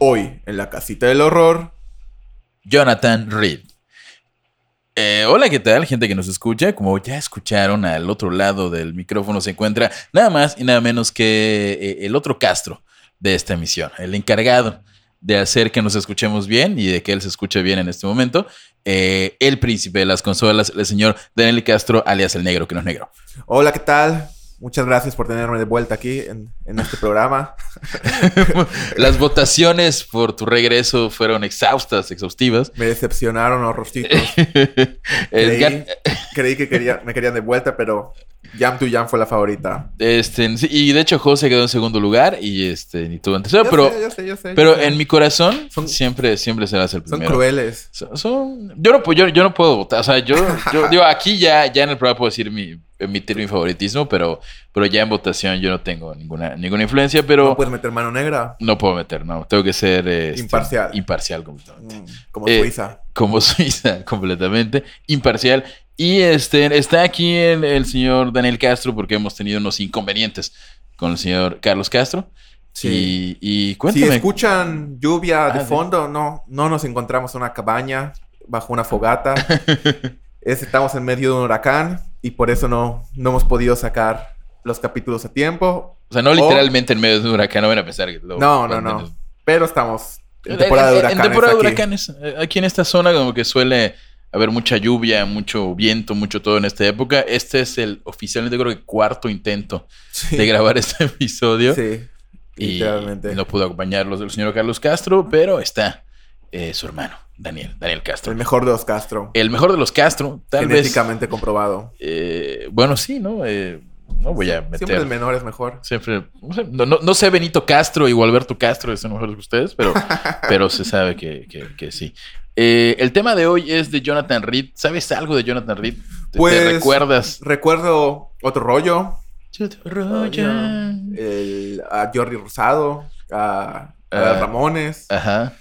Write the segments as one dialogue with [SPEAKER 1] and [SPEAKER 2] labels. [SPEAKER 1] Hoy, en la Casita del Horror,
[SPEAKER 2] Jonathan Reed. Eh, hola, ¿qué tal? Gente que nos escucha. Como ya escucharon, al otro lado del micrófono se encuentra nada más y nada menos que eh, el otro Castro de esta emisión, el encargado de hacer que nos escuchemos bien y de que él se escuche bien en este momento, eh, el príncipe de las consolas, el señor Daniel Castro, alias el negro, que no es negro.
[SPEAKER 1] Hola, ¿qué tal? Muchas gracias por tenerme de vuelta aquí en, en este programa.
[SPEAKER 2] Las votaciones por tu regreso fueron exhaustas, exhaustivas. Eh,
[SPEAKER 1] Me decepcionaron los rostitos.
[SPEAKER 2] Edgar-
[SPEAKER 1] Creí, creí que quería- me querían de vuelta, pero Jam to Jam fue la favorita.
[SPEAKER 2] Este, sí, y de hecho José quedó en segundo lugar y este y tú en tercero,
[SPEAKER 1] Yo
[SPEAKER 2] pero,
[SPEAKER 1] sé, yo sé, yo sé, yo
[SPEAKER 2] pero
[SPEAKER 1] sé.
[SPEAKER 2] en mi corazón
[SPEAKER 1] Son-
[SPEAKER 2] siempre, siempre serás el
[SPEAKER 1] Son
[SPEAKER 2] primero.
[SPEAKER 1] crueles.
[SPEAKER 2] Son- son- yo, no, pu- yo, yo no puedo votar, o sea, yo, yo digo, aquí ya, ya en el programa puedo decir mi, emitir mi favoritismo, pero, pero ya en votación yo no tengo ninguna, ninguna influencia, pero
[SPEAKER 1] No puedes meter mano negra.
[SPEAKER 2] no puedo meter, no, tengo que ser este,
[SPEAKER 1] Imparcial.
[SPEAKER 2] Imparcial completamente.
[SPEAKER 1] Mm, Como
[SPEAKER 2] Eh,
[SPEAKER 1] Suiza.
[SPEAKER 2] Como Suiza, completamente imparcial. Y este está aquí el, el señor Daniel Castro porque hemos tenido unos inconvenientes con el señor Carlos Castro.
[SPEAKER 1] Sí.
[SPEAKER 2] Y, y
[SPEAKER 1] Si
[SPEAKER 2] cuéntame.
[SPEAKER 1] escuchan lluvia
[SPEAKER 2] Ah,
[SPEAKER 1] de
[SPEAKER 2] de-
[SPEAKER 1] fondo, no, no nos encontramos en una cabaña bajo una fogata. Es- estamos en medio de un huracán y por eso no, no hemos podido sacar los capítulos a tiempo.
[SPEAKER 2] o sea, no literalmente en medio de un huracán, no van a pensar que lo-
[SPEAKER 1] No, no, no. Pero estamos en
[SPEAKER 2] En-
[SPEAKER 1] temporada de
[SPEAKER 2] Eh, en- en
[SPEAKER 1] huracanes.
[SPEAKER 2] temporada de
[SPEAKER 1] aquí.
[SPEAKER 2] huracanes. Eh, Aquí en esta zona como que suele haber mucha lluvia, mucho viento, mucho todo en esta época. Este es el oficialmente creo que cuarto intento
[SPEAKER 1] Sí.
[SPEAKER 2] de grabar este episodio.
[SPEAKER 1] Sí,
[SPEAKER 2] Y
[SPEAKER 1] literalmente.
[SPEAKER 2] no pudo acompañarlos el señor Carlos Castro, pero está eh, su hermano, Daniel, Daniel Castro.
[SPEAKER 1] El mejor de los Castro.
[SPEAKER 2] El mejor de los Castro, Eh, tal vez.
[SPEAKER 1] genéticamente comprobado.
[SPEAKER 2] eh, bueno, sí, ¿no? Eh, no voy a meter.
[SPEAKER 1] Siempre el menor es mejor.
[SPEAKER 2] Siempre, no sé, no, no- no sé Benito Castro y Gualberto Castro, que son mejores que ustedes, pero, pero se sabe que, que- que sí. Eh, el tema de hoy es de Jonathan Reed. ¿Sabes algo de Jonathan Reed? ¿Te- ¿Te,
[SPEAKER 1] Pues-
[SPEAKER 2] recuerdas?
[SPEAKER 1] Recuerdo otro rollo.
[SPEAKER 2] Eh,
[SPEAKER 1] El, a Jordi Rosado, a, a
[SPEAKER 2] Ah.
[SPEAKER 1] Ramones.
[SPEAKER 2] Ajá.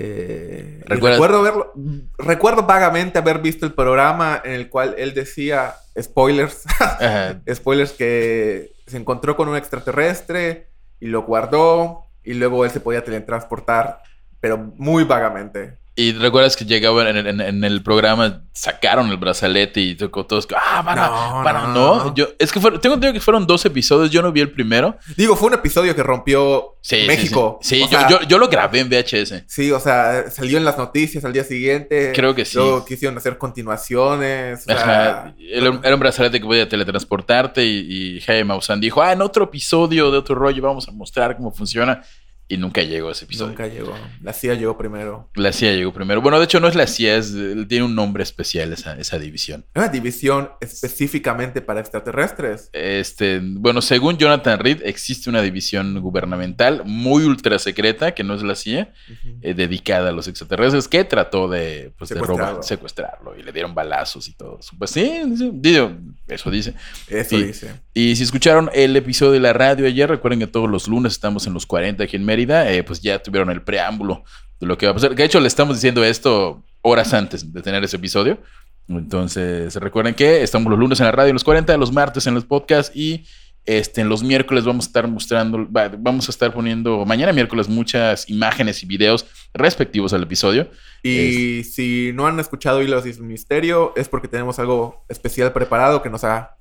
[SPEAKER 1] Eh, y
[SPEAKER 2] ¿Recuerdas?
[SPEAKER 1] recuerdo verlo, recuerdo vagamente haber visto el programa en el cual él decía spoilers,
[SPEAKER 2] ajá.
[SPEAKER 1] spoilers que se encontró con un extraterrestre y lo guardó y luego él se podía teletransportar, pero muy vagamente.
[SPEAKER 2] Y recuerdas que llegaban en, en- en el programa, sacaron el brazalete y tocó todos. Ah, van a.
[SPEAKER 1] No,
[SPEAKER 2] van a-
[SPEAKER 1] no,
[SPEAKER 2] no,
[SPEAKER 1] no.
[SPEAKER 2] Yo, es que fueron- tengo entendido que fueron dos episodios. Yo no vi el primero.
[SPEAKER 1] Digo, fue un episodio que rompió
[SPEAKER 2] Sí, sí,
[SPEAKER 1] México.
[SPEAKER 2] Sí, Sí,
[SPEAKER 1] O
[SPEAKER 2] yo,
[SPEAKER 1] sea,
[SPEAKER 2] yo- yo lo grabé en VHS.
[SPEAKER 1] Sí, o sea, salió en las noticias al día siguiente.
[SPEAKER 2] Creo que sí.
[SPEAKER 1] Luego quisieron hacer continuaciones. o sea,
[SPEAKER 2] Ajá. Era, un- era un brazalete que podía teletransportarte y, y Jaime Maussan dijo, ah, en otro episodio de otro rollo vamos a mostrar cómo funciona. Y nunca llegó ese episodio.
[SPEAKER 1] Nunca llegó. La CIA llegó primero.
[SPEAKER 2] La CIA llegó primero. Bueno, de hecho no es la CIA, es- tiene un nombre especial esa, esa división.
[SPEAKER 1] Era Una división específicamente para extraterrestres.
[SPEAKER 2] Este, bueno, según Jonathan Reed, existe una división gubernamental muy ultra secreta, que no es la CIA,
[SPEAKER 1] Ujú.
[SPEAKER 2] eh, dedicada a los extraterrestres, que trató de, pues, de
[SPEAKER 1] Secuestrarlo.
[SPEAKER 2] robar, secuestrarlo y le dieron balazos y todo. Pues sí, sí, digo, eso dice.
[SPEAKER 1] Eso
[SPEAKER 2] y-
[SPEAKER 1] dice.
[SPEAKER 2] Y si escucharon el episodio de la radio ayer, recuerden que todos los lunes estamos en los 40 aquí en Mérida, eh, pues ya tuvieron el preámbulo de lo que va a pasar. Que de hecho le estamos diciendo esto horas antes de tener ese episodio. Entonces, recuerden que estamos los lunes en la radio en los 40, los martes en los podcasts y este, en los miércoles vamos a estar mostrando, va- vamos a estar poniendo mañana miércoles muchas imágenes y videos respectivos al episodio.
[SPEAKER 1] Y si no han escuchado Hilos y su misterio, es porque tenemos algo especial preparado que nos ha,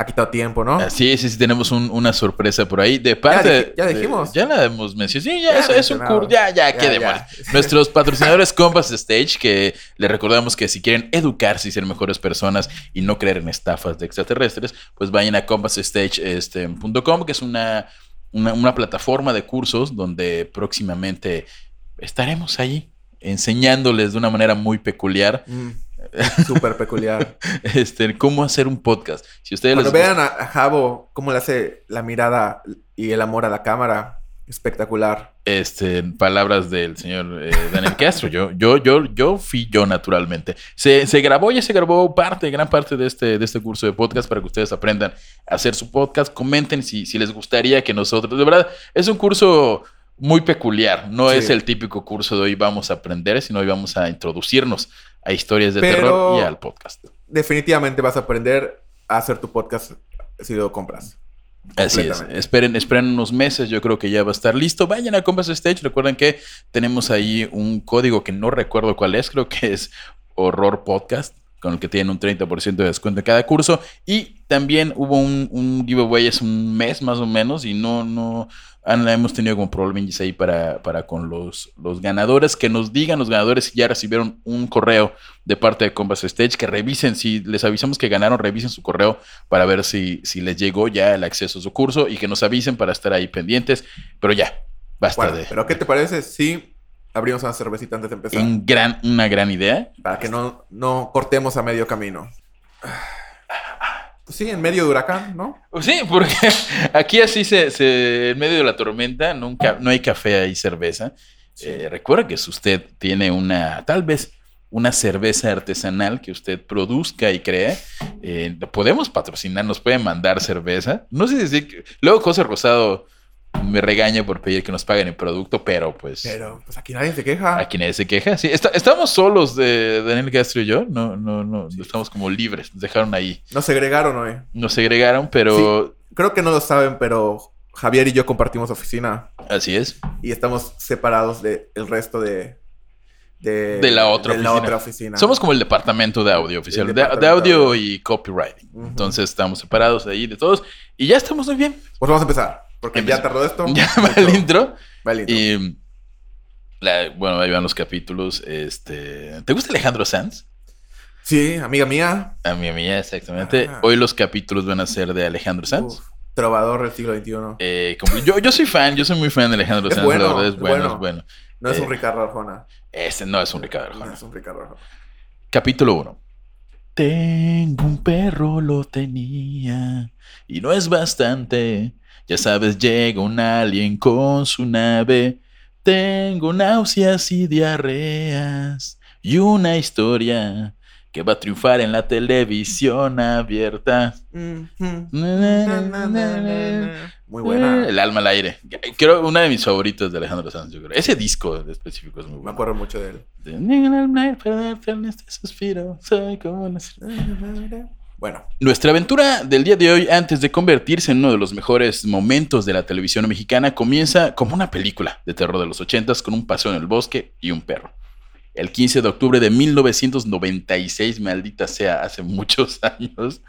[SPEAKER 1] ha quitado tiempo, ¿no?
[SPEAKER 2] Así es, sí, sí, tenemos un- una sorpresa por ahí. De parte.
[SPEAKER 1] dij- Ah. ya
[SPEAKER 2] de-
[SPEAKER 1] dijimos.
[SPEAKER 2] ya la hemos mencionado. Sí, ya,
[SPEAKER 1] Ya
[SPEAKER 2] eso es un
[SPEAKER 1] mencionado.
[SPEAKER 2] cur. Ya, ya,
[SPEAKER 1] Ya,
[SPEAKER 2] qué
[SPEAKER 1] ya.
[SPEAKER 2] demonios. Nuestros patrocinadores Compass Stage, que les recordamos que si quieren educarse y ser mejores personas y no creer en estafas de extraterrestres, pues vayan a compassstage.com, que es una, una, una plataforma de cursos donde próximamente estaremos allí enseñándoles de una manera muy peculiar
[SPEAKER 1] Mm, Súper peculiar.
[SPEAKER 2] este, cómo hacer un podcast. Si ustedes
[SPEAKER 1] Cuando
[SPEAKER 2] les gusta-
[SPEAKER 1] vean a, a Javo cómo le hace la mirada y el amor a la cámara, Espectacular.
[SPEAKER 2] Este, en palabras del señor eh, Daniel Castro, yo, yo, yo, yo fui yo naturalmente. Se, se grabó, ya se grabó parte, gran parte de este, de este curso de podcast para que ustedes aprendan a hacer su podcast. Comenten si, si les gustaría que nosotros, de verdad, es un curso muy peculiar. No
[SPEAKER 1] Sí.
[SPEAKER 2] es el típico curso de hoy vamos a aprender, sino hoy vamos a introducirnos a historias de
[SPEAKER 1] Pero-
[SPEAKER 2] terror y al podcast.
[SPEAKER 1] Definitivamente vas a aprender a hacer tu podcast si lo compras.
[SPEAKER 2] Así es.
[SPEAKER 1] Completamente.
[SPEAKER 2] Esperen, esperen unos meses. Yo creo que ya va a estar listo. Vayan a Compass Stage. Recuerden que tenemos ahí un código que no recuerdo cuál es. Creo que es Horror Podcast, con el que tienen un 30% de descuento en cada curso. Y también hubo un, un giveaway hace un mes más o menos y no, Ah, no han- hemos tenido como problemas ahí para, para con los, los ganadores. Que nos digan los ganadores si ya recibieron un correo de parte de Compass Stage, que revisen, si les avisamos que ganaron, revisen su correo para ver si, si les llegó ya el acceso a su curso y que nos avisen para estar ahí pendientes. Pero ya, basta
[SPEAKER 1] Bueno,
[SPEAKER 2] de...
[SPEAKER 1] pero ¿qué te parece si abrimos una cervecita antes de empezar?
[SPEAKER 2] un gran, una gran idea.
[SPEAKER 1] Para que no, no cortemos a medio camino. Pues sí, en medio de huracán, ¿no?
[SPEAKER 2] Pues Sí, porque aquí así se, se- en medio de la tormenta nunca, no hay café, hay cerveza. Eh, recuerda que si usted tiene una, tal vez una cerveza artesanal que usted produzca y cree, eh, podemos patrocinar, nos pueden mandar cerveza. No sé si que- luego José Rosado me regaña por pedir que nos paguen el producto, pero pues
[SPEAKER 1] Pero pues aquí nadie se queja.
[SPEAKER 2] a quienes se queja. Sí, está- estamos solos, de Daniel Castro y yo, no, no, no, estamos como libres, nos dejaron ahí,
[SPEAKER 1] Nos segregaron hoy.
[SPEAKER 2] nos segregaron, pero
[SPEAKER 1] Creo que no lo saben, pero Javier y yo compartimos oficina
[SPEAKER 2] así es.
[SPEAKER 1] y estamos separados del resto de... De,
[SPEAKER 2] De la otra
[SPEAKER 1] de la
[SPEAKER 2] oficina.
[SPEAKER 1] otra oficina.
[SPEAKER 2] Somos como el departamento de audio oficial, de, de
[SPEAKER 1] departamento de
[SPEAKER 2] audio
[SPEAKER 1] audio.
[SPEAKER 2] y copywriting.
[SPEAKER 1] Ujú.
[SPEAKER 2] Entonces estamos separados ahí de todos y ya estamos muy bien.
[SPEAKER 1] Pues vamos a empezar. Porque
[SPEAKER 2] Empezó.
[SPEAKER 1] ya tardó esto.
[SPEAKER 2] Ya va el intro
[SPEAKER 1] Va el intro.
[SPEAKER 2] y la- bueno, ahí van los capítulos. Este, ¿Te gusta Alejandro Sanz?
[SPEAKER 1] Sí, amiga mía.
[SPEAKER 2] A mí, a mí, ya, exactamente.
[SPEAKER 1] Ah.
[SPEAKER 2] Hoy los capítulos van a ser de Alejandro Sanz.
[SPEAKER 1] Uf, trovador del siglo XXI.
[SPEAKER 2] Eh, como- yo, yo soy fan, yo soy muy fan de Alejandro
[SPEAKER 1] Es
[SPEAKER 2] Sanz.
[SPEAKER 1] bueno,
[SPEAKER 2] la verdad es
[SPEAKER 1] es
[SPEAKER 2] bueno,
[SPEAKER 1] bueno.
[SPEAKER 2] es bueno.
[SPEAKER 1] No es
[SPEAKER 2] eh.
[SPEAKER 1] un Ricardo Arjona.
[SPEAKER 2] Este no es un Ricardo Arjona.
[SPEAKER 1] No es un Ricardo Arjona.
[SPEAKER 2] Capítulo 1. Tengo un perro, lo tenía, y no es bastante. Ya sabes, llega un alien con su nave. Tengo náuseas y diarreas, y una historia que va a triunfar en la televisión abierta.
[SPEAKER 1] Mhm. Na, na, na, na,
[SPEAKER 2] El
[SPEAKER 1] na. Muy buena.
[SPEAKER 2] alma al aire. Creo una de mis favoritas de Alejandro Sanz, yo creo. Ese disco en específico es muy
[SPEAKER 1] Me
[SPEAKER 2] bueno.
[SPEAKER 1] acuerdo mucho de él.
[SPEAKER 2] Tengo el alma al aire, perderte en este suspiro. Soy como una-
[SPEAKER 1] Bueno,
[SPEAKER 2] Nuestra aventura del día de hoy, antes de convertirse en uno de los mejores momentos de la televisión mexicana, comienza como una película de terror de los 80s con un paseo en el bosque y un perro. El 15 de octubre de 1996, maldita sea, hace muchos años,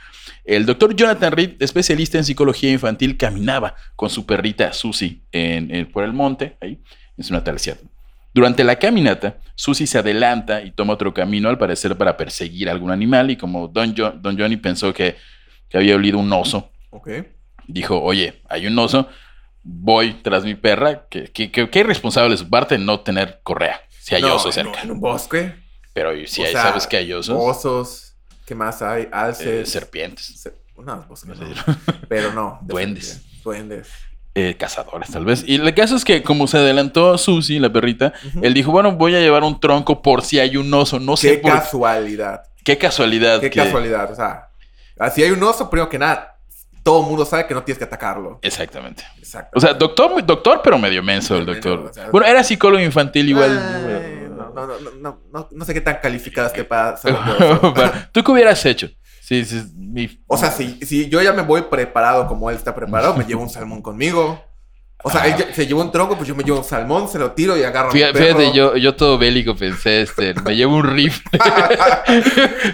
[SPEAKER 2] el doctor Jonathan Reed, especialista en psicología infantil, caminaba con su perrita Susie en- en- por el monte, ahí, en su natal Seattle. Durante la caminata, Susie se adelanta y toma otro camino, al parecer para perseguir a algún animal, y como Don, Jo- Don Johnny pensó que, que había olido un oso,
[SPEAKER 1] ok.
[SPEAKER 2] dijo, oye, hay un oso, voy tras mi perra, que, que, que- que irresponsable de su parte no tener correa, si hay
[SPEAKER 1] No,
[SPEAKER 2] osos
[SPEAKER 1] en-
[SPEAKER 2] cerca.
[SPEAKER 1] En un bosque.
[SPEAKER 2] Pero y si
[SPEAKER 1] O
[SPEAKER 2] hay-
[SPEAKER 1] sea,
[SPEAKER 2] sabes que hay osos,
[SPEAKER 1] Osos. ¿Qué más hay?
[SPEAKER 2] eh,
[SPEAKER 1] Alces.
[SPEAKER 2] serpientes,
[SPEAKER 1] ser- No, bosque.
[SPEAKER 2] No sé.
[SPEAKER 1] no. Pero no.
[SPEAKER 2] Duendes.
[SPEAKER 1] definitivamente. Duendes.
[SPEAKER 2] eh, cazadores tal vez. Y el caso es que como se adelantó Susie, la perrita,
[SPEAKER 1] Ujú.
[SPEAKER 2] él dijo, bueno, voy a llevar un tronco por si hay un oso, no sé
[SPEAKER 1] Qué
[SPEAKER 2] por
[SPEAKER 1] casualidad.
[SPEAKER 2] qué casualidad.
[SPEAKER 1] Qué
[SPEAKER 2] que-
[SPEAKER 1] casualidad. O sea, si hay un oso, primero que nada, todo el mundo sabe que no tienes que atacarlo.
[SPEAKER 2] Exactamente.
[SPEAKER 1] Exacto.
[SPEAKER 2] O sea, doctor, doctor, pero medio menso el
[SPEAKER 1] Medio
[SPEAKER 2] doctor.
[SPEAKER 1] menso, o sea.
[SPEAKER 2] bueno, era psicólogo infantil igual.
[SPEAKER 1] Eh, no, no, no, no, no, no sé qué tan calificada esté para saber de oso.
[SPEAKER 2] Pero, ¿Tú qué hubieras hecho? Sí, sí, mi-
[SPEAKER 1] O sea, si, si yo ya me voy preparado como él está preparado, me llevo un salmón conmigo. O sea, él ya- se llevó un tronco, pues yo me llevo un salmón, se lo tiro y agarro a mi
[SPEAKER 2] Fíjate,
[SPEAKER 1] perro.
[SPEAKER 2] fíjate, yo, yo todo bélico pensé, este, me llevo un rifle,
[SPEAKER 1] Y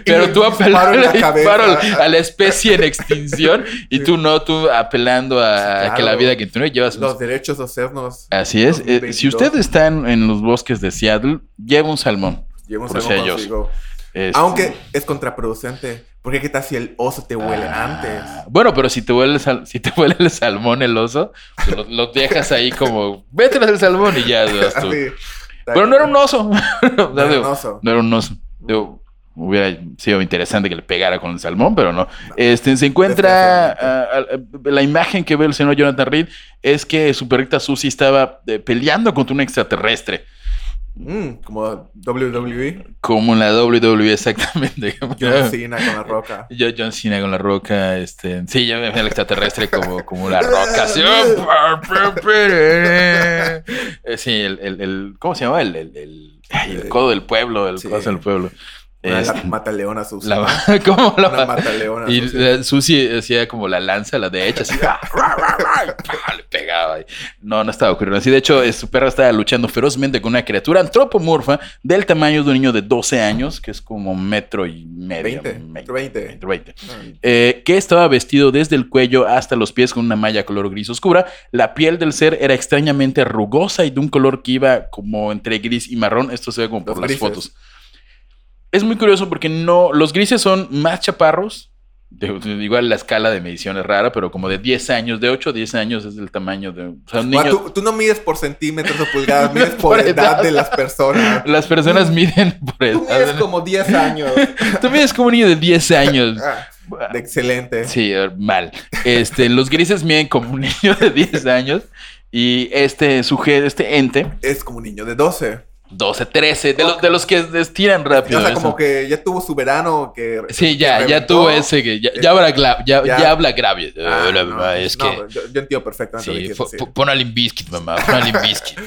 [SPEAKER 2] pero tú
[SPEAKER 1] le disparo en
[SPEAKER 2] apelando
[SPEAKER 1] la
[SPEAKER 2] le
[SPEAKER 1] cabeza.
[SPEAKER 2] disparo a la especie en extinción y tú no, tú apelando a
[SPEAKER 1] Claro.
[SPEAKER 2] que la vida que tú no llevas.
[SPEAKER 1] Los derechos docernos.
[SPEAKER 2] Así es. eh,
[SPEAKER 1] 2022.
[SPEAKER 2] si usted está en, en los bosques de Seattle, lleva un salmón.
[SPEAKER 1] Llevo un
[SPEAKER 2] Por
[SPEAKER 1] salmón
[SPEAKER 2] si hay oso.
[SPEAKER 1] consigo.
[SPEAKER 2] pues Este,
[SPEAKER 1] Aunque es contraproducente. Porque qué tal si el oso te huele
[SPEAKER 2] Ah,
[SPEAKER 1] antes.
[SPEAKER 2] Bueno, pero si te huele, el sal- si te huele el salmón, el oso, pues lo, lo dejas ahí como, vete tras el salmón y ya. vas tú.
[SPEAKER 1] Así.
[SPEAKER 2] Pero no era un oso. O sea,
[SPEAKER 1] No era un
[SPEAKER 2] digo,
[SPEAKER 1] oso.
[SPEAKER 2] No era un oso. Digo, Hubiera sido interesante que le pegara con el salmón, pero no. Este, se encuentra ah, ah, la imagen que ve el señor Jonathan Reed es que su perrita Susie estaba eh, peleando contra un extraterrestre,
[SPEAKER 1] Mm, como E. WWE.
[SPEAKER 2] como en la WWE exactamente.
[SPEAKER 1] John Cena con la roca.
[SPEAKER 2] Yo, John Cena con la roca, este. Sí, yo me vi al extraterrestre como, como la roca. así, Eh, Sí, el, el, el- ¿Cómo se llamaba? El, el, el- ay, el codo del pueblo, el
[SPEAKER 1] Sí.
[SPEAKER 2] codo del pueblo.
[SPEAKER 1] Una
[SPEAKER 2] Este,
[SPEAKER 1] mata leona sus.
[SPEAKER 2] la, ¿Cómo la
[SPEAKER 1] Una mata leona.
[SPEAKER 2] Y la- Susi hacía como la lanza, la derecha, así, ra, ra, ra, ra, y pa, le pegaba. y- No, no estaba ocurriendo así. De hecho, eh, su perro estaba luchando ferozmente con una criatura antropomorfa del tamaño de un niño de 12 años, que es como metro y medio.
[SPEAKER 1] 20,
[SPEAKER 2] me-
[SPEAKER 1] 20.
[SPEAKER 2] metro 20
[SPEAKER 1] Ah.
[SPEAKER 2] eh, que estaba vestido desde el cuello hasta los pies con una malla color gris oscura. La piel del ser era extrañamente rugosa y de un color que iba como entre gris y marrón. Esto se ve como por
[SPEAKER 1] Los
[SPEAKER 2] las
[SPEAKER 1] grises.
[SPEAKER 2] fotos. Es muy curioso porque no. Los grises son más chaparros. De- de- igual la escala de medición es rara, pero como de 10 años, de 8 a 10 años es del tamaño de. O sea, un
[SPEAKER 1] Ah,
[SPEAKER 2] niño-
[SPEAKER 1] tú, tú no mides por centímetros o pulgadas, mides
[SPEAKER 2] Por
[SPEAKER 1] por edad
[SPEAKER 2] edad.
[SPEAKER 1] de las personas.
[SPEAKER 2] Las personas miden por
[SPEAKER 1] Tú
[SPEAKER 2] eso.
[SPEAKER 1] mides como 10 años.
[SPEAKER 2] Tú mides como un niño de 10 años.
[SPEAKER 1] Ah, de excelente.
[SPEAKER 2] Sí, er, mal. Este, los grises miden como un niño de 10 años y este sujeto, este ente,
[SPEAKER 1] Es como un niño de 12.
[SPEAKER 2] 12, 13, de, los, de los que estiran rápido.
[SPEAKER 1] o sea,
[SPEAKER 2] eso.
[SPEAKER 1] como que ya tuvo su verano. que
[SPEAKER 2] Sí,
[SPEAKER 1] que
[SPEAKER 2] ya, ya
[SPEAKER 1] reventó.
[SPEAKER 2] tuvo ese que ya, ya habla, gla- ya,
[SPEAKER 1] Ya.
[SPEAKER 2] ya habla grave.
[SPEAKER 1] Ah,
[SPEAKER 2] Hola,
[SPEAKER 1] no,
[SPEAKER 2] mamá, es
[SPEAKER 1] no,
[SPEAKER 2] que
[SPEAKER 1] yo, yo entiendo perfectamente lo que
[SPEAKER 2] Sí,
[SPEAKER 1] quieres
[SPEAKER 2] po-
[SPEAKER 1] decir.
[SPEAKER 2] po- pon a Limp Bizkit, mamá, pon a Limp Bizkit.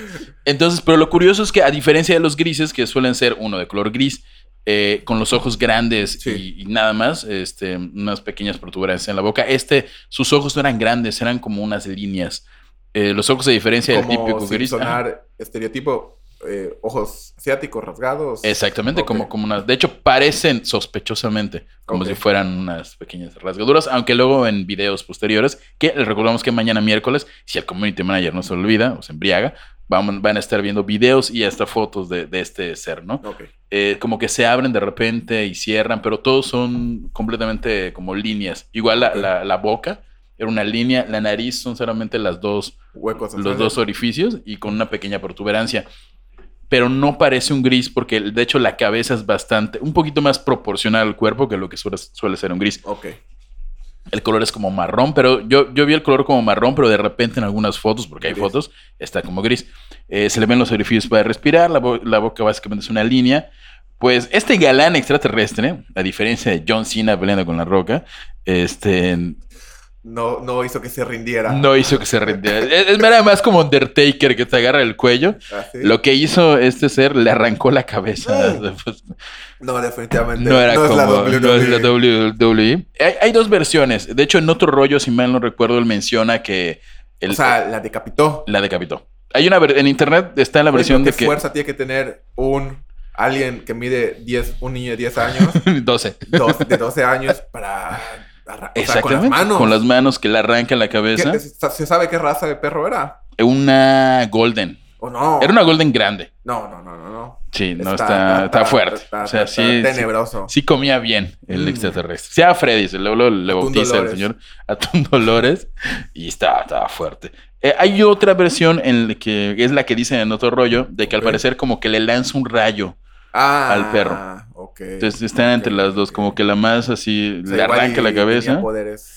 [SPEAKER 2] Entonces, pero lo curioso es que a diferencia de los grises, que suelen ser uno de color gris, eh, con los ojos grandes
[SPEAKER 1] Sí.
[SPEAKER 2] y, y nada más, este, unas pequeñas protuberancias en la boca, este, sus ojos no eran grandes, eran como unas líneas. Eh, los ojos, a diferencia del
[SPEAKER 1] como
[SPEAKER 2] típico
[SPEAKER 1] sin
[SPEAKER 2] gris. ajá.
[SPEAKER 1] sonar estereotipo, eh, ojos asiáticos rasgados.
[SPEAKER 2] Exactamente,
[SPEAKER 1] Ok.
[SPEAKER 2] como, como unas. De hecho, parecen sospechosamente como
[SPEAKER 1] Ok.
[SPEAKER 2] si fueran unas pequeñas rasgaduras, aunque luego en videos posteriores, que les recordamos que mañana miércoles, si el community manager no se olvida o se embriaga, van, van a estar viendo videos y hasta fotos de, de este ser, ¿no?
[SPEAKER 1] Ok.
[SPEAKER 2] Eh, como que se abren de repente y cierran, pero todos son completamente como líneas. Igual la,
[SPEAKER 1] Ok.
[SPEAKER 2] la- la boca era una línea, la nariz son solamente las dos
[SPEAKER 1] Huecos.
[SPEAKER 2] los dos orificios y con una pequeña protuberancia. Pero no parece un gris porque de hecho la cabeza es bastante, un poquito más proporcional al cuerpo que lo que suele, suele ser un gris.
[SPEAKER 1] Ok.
[SPEAKER 2] El color es como marrón, pero yo, yo vi el color como marrón, pero de repente en algunas fotos, porque hay
[SPEAKER 1] Gris.
[SPEAKER 2] fotos, está como gris. Eh, se le ven los orificios para respirar, la, bo- la boca básicamente es una línea. Pues este galán extraterrestre, a diferencia de John Cena peleando con la roca, este,
[SPEAKER 1] No, no hizo que se rindiera.
[SPEAKER 2] no hizo que se rindiera. Es, es era más como Undertaker que te agarra el cuello
[SPEAKER 1] Así.
[SPEAKER 2] Lo que hizo este ser le arrancó la cabeza. Pues,
[SPEAKER 1] Mm. No, definitivamente.
[SPEAKER 2] no era
[SPEAKER 1] es la E.
[SPEAKER 2] como.
[SPEAKER 1] WWE.
[SPEAKER 2] no es la WWE. Hay, hay dos versiones. De hecho, en otro rollo, si mal no recuerdo, él menciona que el-
[SPEAKER 1] O sea, la decapitó.
[SPEAKER 2] la decapitó. Hay una ver- en internet está la versión
[SPEAKER 1] ¿Qué
[SPEAKER 2] de que
[SPEAKER 1] fuerza tiene que tener un alguien que mide 10, un niño de 10 años,
[SPEAKER 2] 12.
[SPEAKER 1] dos- de 12 años, para arra- o sea, con las
[SPEAKER 2] Exactamente.
[SPEAKER 1] manos?
[SPEAKER 2] Con las manos que le arranca la
[SPEAKER 1] ¿Qué-
[SPEAKER 2] cabeza.
[SPEAKER 1] se- ¿Se sabe qué raza de perro era?
[SPEAKER 2] Una golden.
[SPEAKER 1] ¿O no?
[SPEAKER 2] Era una golden grande.
[SPEAKER 1] No, no, no, no, no.
[SPEAKER 2] Sí, no está, está fuerte.
[SPEAKER 1] está-
[SPEAKER 2] o sea,
[SPEAKER 1] está
[SPEAKER 2] sí, sí,
[SPEAKER 1] Tenebroso.
[SPEAKER 2] Sí comía bien el
[SPEAKER 1] Mm.
[SPEAKER 2] extraterrestre. Sea Freddy, se- luego, luego le
[SPEAKER 1] Atún
[SPEAKER 2] bautiza el
[SPEAKER 1] Dolores.
[SPEAKER 2] señor Atún Dolores y está, está fuerte. Eh, hay otra versión en la que es la que dicen en otro rollo, de que al
[SPEAKER 1] Ok.
[SPEAKER 2] parecer como que le lanza un rayo.
[SPEAKER 1] Ah,
[SPEAKER 2] al perro.
[SPEAKER 1] Ok.
[SPEAKER 2] Entonces están entre las dos, como que la más así
[SPEAKER 1] O sea,
[SPEAKER 2] le
[SPEAKER 1] igual
[SPEAKER 2] arranca
[SPEAKER 1] y
[SPEAKER 2] la
[SPEAKER 1] tenía
[SPEAKER 2] cabeza.
[SPEAKER 1] poderes.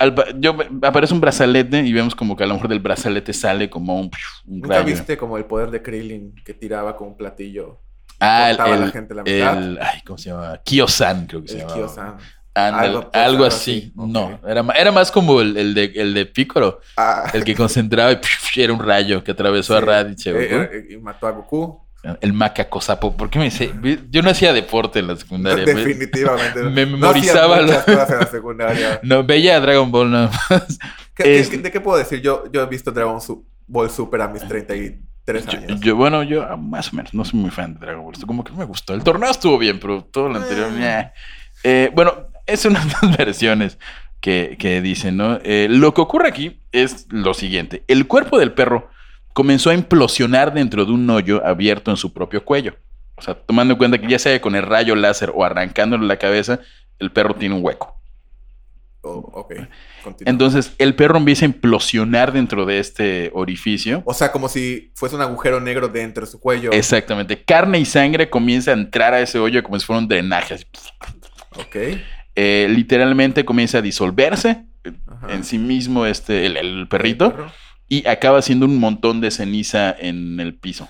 [SPEAKER 2] Al pa- yo, aparece un brazalete y vemos como que a lo mejor del brazalete sale como un, un
[SPEAKER 1] ¿Nunca
[SPEAKER 2] rayo.
[SPEAKER 1] viste como el poder de Krillin que tiraba con un platillo?
[SPEAKER 2] Ah, el,
[SPEAKER 1] Cortaba a la
[SPEAKER 2] el-
[SPEAKER 1] gente la mitad.
[SPEAKER 2] el- ay, ¿cómo se llama? Kiosan, creo que se
[SPEAKER 1] El
[SPEAKER 2] llama.
[SPEAKER 1] Kiosan.
[SPEAKER 2] Ándale,
[SPEAKER 1] Algo, pues,
[SPEAKER 2] algo
[SPEAKER 1] algo
[SPEAKER 2] así.
[SPEAKER 1] así. Ok.
[SPEAKER 2] No, era, ma- era más como el, el de, el de Piccolo,
[SPEAKER 1] Ah,
[SPEAKER 2] el que concentraba y psh, era un rayo que atravesó a
[SPEAKER 1] Sí.
[SPEAKER 2] Raditz. y a
[SPEAKER 1] eh,
[SPEAKER 2] Goku.
[SPEAKER 1] eh, y mató a Goku.
[SPEAKER 2] El macaco sapo. ¿Por qué me dice? Yo no hacía deporte en la secundaria. pues. me-
[SPEAKER 1] Definitivamente.
[SPEAKER 2] me
[SPEAKER 1] No
[SPEAKER 2] memorizaba
[SPEAKER 1] hacías
[SPEAKER 2] la-
[SPEAKER 1] muchas cosas en la secundaria.
[SPEAKER 2] No, veía a Dragon Ball nada más.
[SPEAKER 1] ¿Qué- qué-
[SPEAKER 2] Es-
[SPEAKER 1] qué- ¿De qué puedo decir? Yo, yo he visto Dragon Su- Ball Super a mis 33
[SPEAKER 2] Yo,
[SPEAKER 1] años.
[SPEAKER 2] yo- bueno, yo ah, más o menos no soy muy fan de Dragon Ball. Como que no me gustó. El torneo estuvo bien, pero todo lo anterior.
[SPEAKER 1] Ah.
[SPEAKER 2] meh. Eh, bueno, es una de las versiones que, que dicen, ¿no? Eh, lo que ocurre aquí es lo siguiente: el cuerpo del perro comenzó a implosionar dentro de un hoyo abierto en su propio cuello. O sea, tomando en cuenta que ya sea con el rayo láser o arrancándole la cabeza, el perro tiene un hueco.
[SPEAKER 1] Oh, ok. Continúa.
[SPEAKER 2] Entonces, el perro empieza a implosionar dentro de este orificio.
[SPEAKER 1] o sea, como si fuese un agujero negro dentro de su cuello.
[SPEAKER 2] Exactamente. Carne y sangre comienza a entrar a ese hoyo como si fuera un drenaje. así.
[SPEAKER 1] Ok.
[SPEAKER 2] Eh, literalmente comienza a disolverse
[SPEAKER 1] Ajá.
[SPEAKER 2] en sí mismo este, el, el perrito
[SPEAKER 1] Perro.
[SPEAKER 2] y acaba siendo un montón de ceniza en el piso.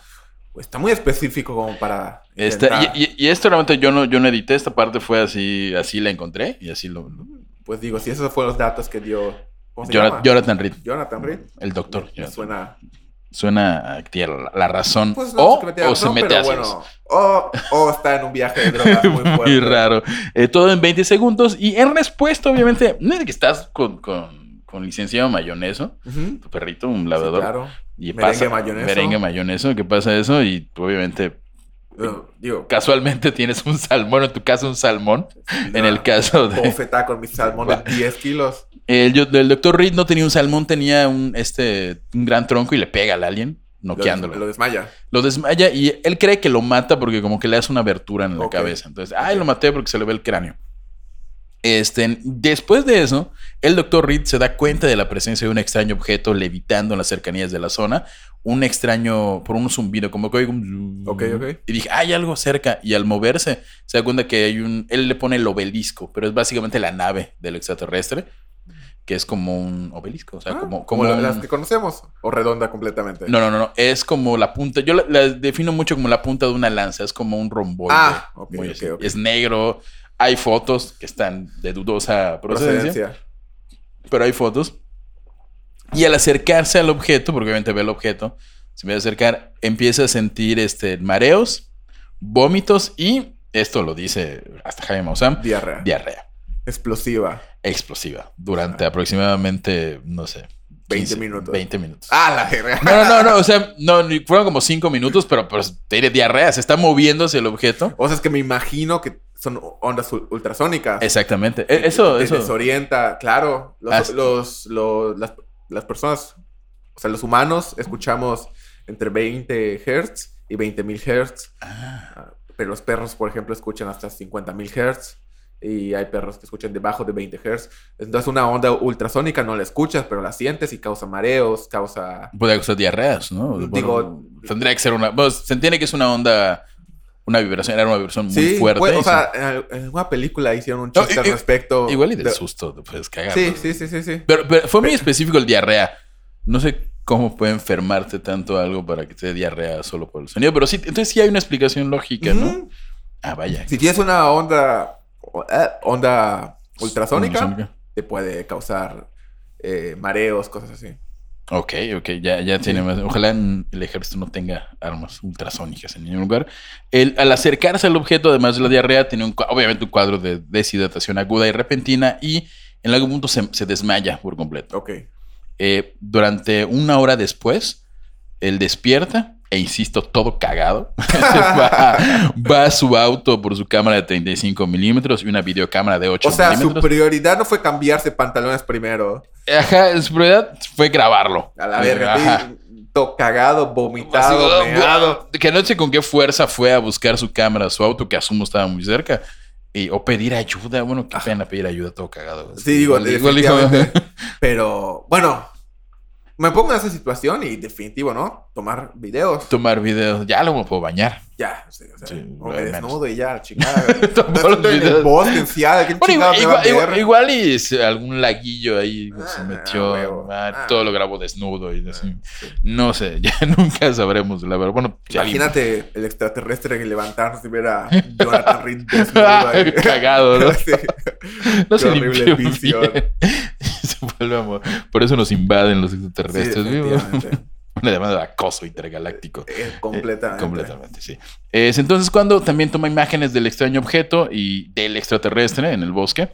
[SPEAKER 1] Está muy específico como para.
[SPEAKER 2] Esta-
[SPEAKER 1] intentar.
[SPEAKER 2] y, y- y esto realmente yo no, yo no edité, esta parte fue así, así la encontré y así lo... lo-
[SPEAKER 1] Pues digo, si esos fueron los datos que dio. ¿Cómo se
[SPEAKER 2] Jonathan,
[SPEAKER 1] llama?
[SPEAKER 2] Jonathan Reed,
[SPEAKER 1] Jonathan Reed.
[SPEAKER 2] el doctor.
[SPEAKER 1] Me
[SPEAKER 2] Jonathan.
[SPEAKER 1] Suena.
[SPEAKER 2] Suena a que tiene la, la razón.
[SPEAKER 1] Pues
[SPEAKER 2] o
[SPEAKER 1] no se mete a
[SPEAKER 2] o se
[SPEAKER 1] no,
[SPEAKER 2] mete
[SPEAKER 1] pero
[SPEAKER 2] a hacerlas.
[SPEAKER 1] bueno. O, o está en un viaje de drogas muy fuerte.
[SPEAKER 2] Muy raro. Eh, todo en 20 segundos. Y en respuesta, obviamente, no es de que estás con, con, con licenciado mayoneso,
[SPEAKER 1] Ujú.
[SPEAKER 2] tu perrito, un
[SPEAKER 1] Sí,
[SPEAKER 2] lavador.
[SPEAKER 1] claro.
[SPEAKER 2] Y
[SPEAKER 1] Merengue
[SPEAKER 2] pasa.
[SPEAKER 1] mayoneso.
[SPEAKER 2] Merengue mayoneso, que pasa eso. Y tú, obviamente,
[SPEAKER 1] Eh, Digo,
[SPEAKER 2] casualmente tienes un salmón, en tu caso, un salmón. En el caso de.
[SPEAKER 1] Bofetá con mis salmón de 10 kilos.
[SPEAKER 2] El, yo- el doctor Reed no tenía un salmón, tenía un, este, un gran tronco y le pega al alien,
[SPEAKER 1] Lo des-
[SPEAKER 2] noqueándolo.
[SPEAKER 1] Lo desmaya.
[SPEAKER 2] Lo desmaya y él cree que lo mata porque como que le hace una abertura en la
[SPEAKER 1] Ok.
[SPEAKER 2] cabeza. Entonces, ay, lo maté porque se le ve el cráneo. Este, después de eso, el doctor Reed se da cuenta de la presencia de un extraño objeto levitando en las cercanías de la zona. Un extraño, por un zumbido, como que oigo un...
[SPEAKER 1] Ok, ok.
[SPEAKER 2] Y dije, hay algo cerca. Y al moverse, se da cuenta que hay un... Él le pone el obelisco, pero es básicamente la nave del extraterrestre, que es como un obelisco. O sea,
[SPEAKER 1] Ah,
[SPEAKER 2] como...
[SPEAKER 1] como
[SPEAKER 2] como
[SPEAKER 1] la-
[SPEAKER 2] un-
[SPEAKER 1] las que conocemos. O redonda completamente.
[SPEAKER 2] no, no, no, no. Es como la punta. Yo la, la defino mucho como la punta de una lanza. Es como un romboide.
[SPEAKER 1] Ah, ok,
[SPEAKER 2] Muy
[SPEAKER 1] ok,
[SPEAKER 2] así.
[SPEAKER 1] ok.
[SPEAKER 2] Es negro. Hay fotos que están de dudosa procedencia,
[SPEAKER 1] procedencia.
[SPEAKER 2] Pero hay fotos. Y al acercarse al objeto, porque obviamente ve el objeto, se empieza a acercar, empieza a sentir este, mareos, vómitos y, esto lo dice hasta Jaime Maussan,
[SPEAKER 1] Diarrea.
[SPEAKER 2] diarrea
[SPEAKER 1] Explosiva.
[SPEAKER 2] explosiva durante aproximadamente, no sé,
[SPEAKER 1] 20 Ah. minutos.
[SPEAKER 2] 20 minutos.
[SPEAKER 1] Ah, la verga.
[SPEAKER 2] No, no, no, no, o sea, no, ni- fueron como cinco minutos, pero pues te diré diarrea, se está moviéndose el objeto.
[SPEAKER 1] O sea, es que me imagino que son ondas ul- ultrasónicas.
[SPEAKER 2] Exactamente.
[SPEAKER 1] Que-
[SPEAKER 2] E- Eso,
[SPEAKER 1] que
[SPEAKER 2] eso.
[SPEAKER 1] Desorienta, claro. Los,
[SPEAKER 2] Hasta-
[SPEAKER 1] los, los- las, las personas, o sea, los humanos escuchamos entre 20 Hz y 20.000 Hz. Ah, Pero los perros, por ejemplo, escuchan hasta 50.000 Hz. Y hay perros que escuchan debajo de 20 Hz. Entonces, una onda ultrasónica no la escuchas, pero la sientes y causa mareos, causa.
[SPEAKER 2] Puede causar diarreas, ¿no? Bueno,
[SPEAKER 1] Digo-
[SPEAKER 2] tendría que ser una. bueno, se entiende que es una onda, una vibración, era una vibración muy
[SPEAKER 1] sí,
[SPEAKER 2] fuerte.
[SPEAKER 1] pues,
[SPEAKER 2] y
[SPEAKER 1] o
[SPEAKER 2] se-
[SPEAKER 1] sea, en al- en alguna película hicieron un
[SPEAKER 2] No,
[SPEAKER 1] chiste
[SPEAKER 2] i-
[SPEAKER 1] al
[SPEAKER 2] i-
[SPEAKER 1] respecto.
[SPEAKER 2] igual y del
[SPEAKER 1] de-
[SPEAKER 2] susto, pues cagar.
[SPEAKER 1] Sí,
[SPEAKER 2] ¿no?
[SPEAKER 1] sí, sí, sí, sí.
[SPEAKER 2] Pero, pero fue muy específico el diarrea. No sé cómo puede enfermarte tanto algo para que te dé diarrea solo por el sonido, pero sí, entonces sí hay una explicación lógica, ¿no?
[SPEAKER 1] Ujú.
[SPEAKER 2] Ah, vaya.
[SPEAKER 1] Si tienes una onda o- eh, onda ultrasónica, te puede causar eh, mareos, cosas así.
[SPEAKER 2] Ok, ok, ya, ya tiene más. Ojalá mm, el ejército no tenga armas ultrasónicas en ningún lugar. El- al acercarse al objeto, además de la diarrea, tiene un, cua- obviamente un cuadro de deshidratación aguda y repentina y en algún punto se, se desmaya por completo.
[SPEAKER 1] Ok.
[SPEAKER 2] Eh, durante una hora después, él despierta e insisto, todo cagado. va, a- va a su auto por su cámara de 35 milímetros y una videocámara de 8
[SPEAKER 1] O sea, su
[SPEAKER 2] milímetros.
[SPEAKER 1] prioridad no fue cambiarse pantalones primero.
[SPEAKER 2] Ajá, su prioridad fue grabarlo.
[SPEAKER 1] A la verga.
[SPEAKER 2] Ajá.
[SPEAKER 1] sí, Todo cagado,
[SPEAKER 2] Así,
[SPEAKER 1] vomitado,
[SPEAKER 2] ah,
[SPEAKER 1] meado.
[SPEAKER 2] Que no sé con qué fuerza fue a buscar su cámara, su auto, que asumo estaba muy cerca. Y, o pedir ayuda. Bueno, qué pena pedir ayuda todo cagado.
[SPEAKER 1] Ah. Sí, digo,
[SPEAKER 2] Igual- igual dijo-
[SPEAKER 1] definitivamente. Pero, bueno, me pongo en esa situación y definitivo, ¿no? Tomar videos.
[SPEAKER 2] tomar videos. Ya lo puedo bañar.
[SPEAKER 1] Ya. sí, o sea,
[SPEAKER 2] Sí,
[SPEAKER 1] o me
[SPEAKER 2] al menos.
[SPEAKER 1] desnudo y ya, chingada.
[SPEAKER 2] Tomar
[SPEAKER 1] Estoy en el
[SPEAKER 2] videos.
[SPEAKER 1] bosque, en Seattle, ¿quién
[SPEAKER 2] Bueno,
[SPEAKER 1] chingada
[SPEAKER 2] igual,
[SPEAKER 1] me va a
[SPEAKER 2] igual- igual-
[SPEAKER 1] ver?
[SPEAKER 2] igual y se- algún laguillo ahí se
[SPEAKER 1] Ah,
[SPEAKER 2] metió.
[SPEAKER 1] huevo.
[SPEAKER 2] ah,
[SPEAKER 1] Ah.
[SPEAKER 2] Todo lo grabó desnudo y así.
[SPEAKER 1] Sí.
[SPEAKER 2] No sé, ya nunca sabremos, la verdad. Bueno, si alguien-
[SPEAKER 1] Imagínate el extraterrestre que levantarnos y ver a Jonathan Reed desnudo
[SPEAKER 2] Ah,
[SPEAKER 1] ahí.
[SPEAKER 2] Cagado, ¿no?
[SPEAKER 1] Sí.
[SPEAKER 2] No se
[SPEAKER 1] horrible
[SPEAKER 2] limpió
[SPEAKER 1] visión.
[SPEAKER 2] bien. Se vuelve a morir. Por eso nos invaden los
[SPEAKER 1] Sí,
[SPEAKER 2] extraterrestres. ¿vivo?
[SPEAKER 1] definitivamente.
[SPEAKER 2] Una demanda de acoso intergaláctico.
[SPEAKER 1] Eh,
[SPEAKER 2] Eh,
[SPEAKER 1] completamente.
[SPEAKER 2] completamente, sí. Es entonces cuando también toma imágenes del extraño objeto y del extraterrestre en el bosque.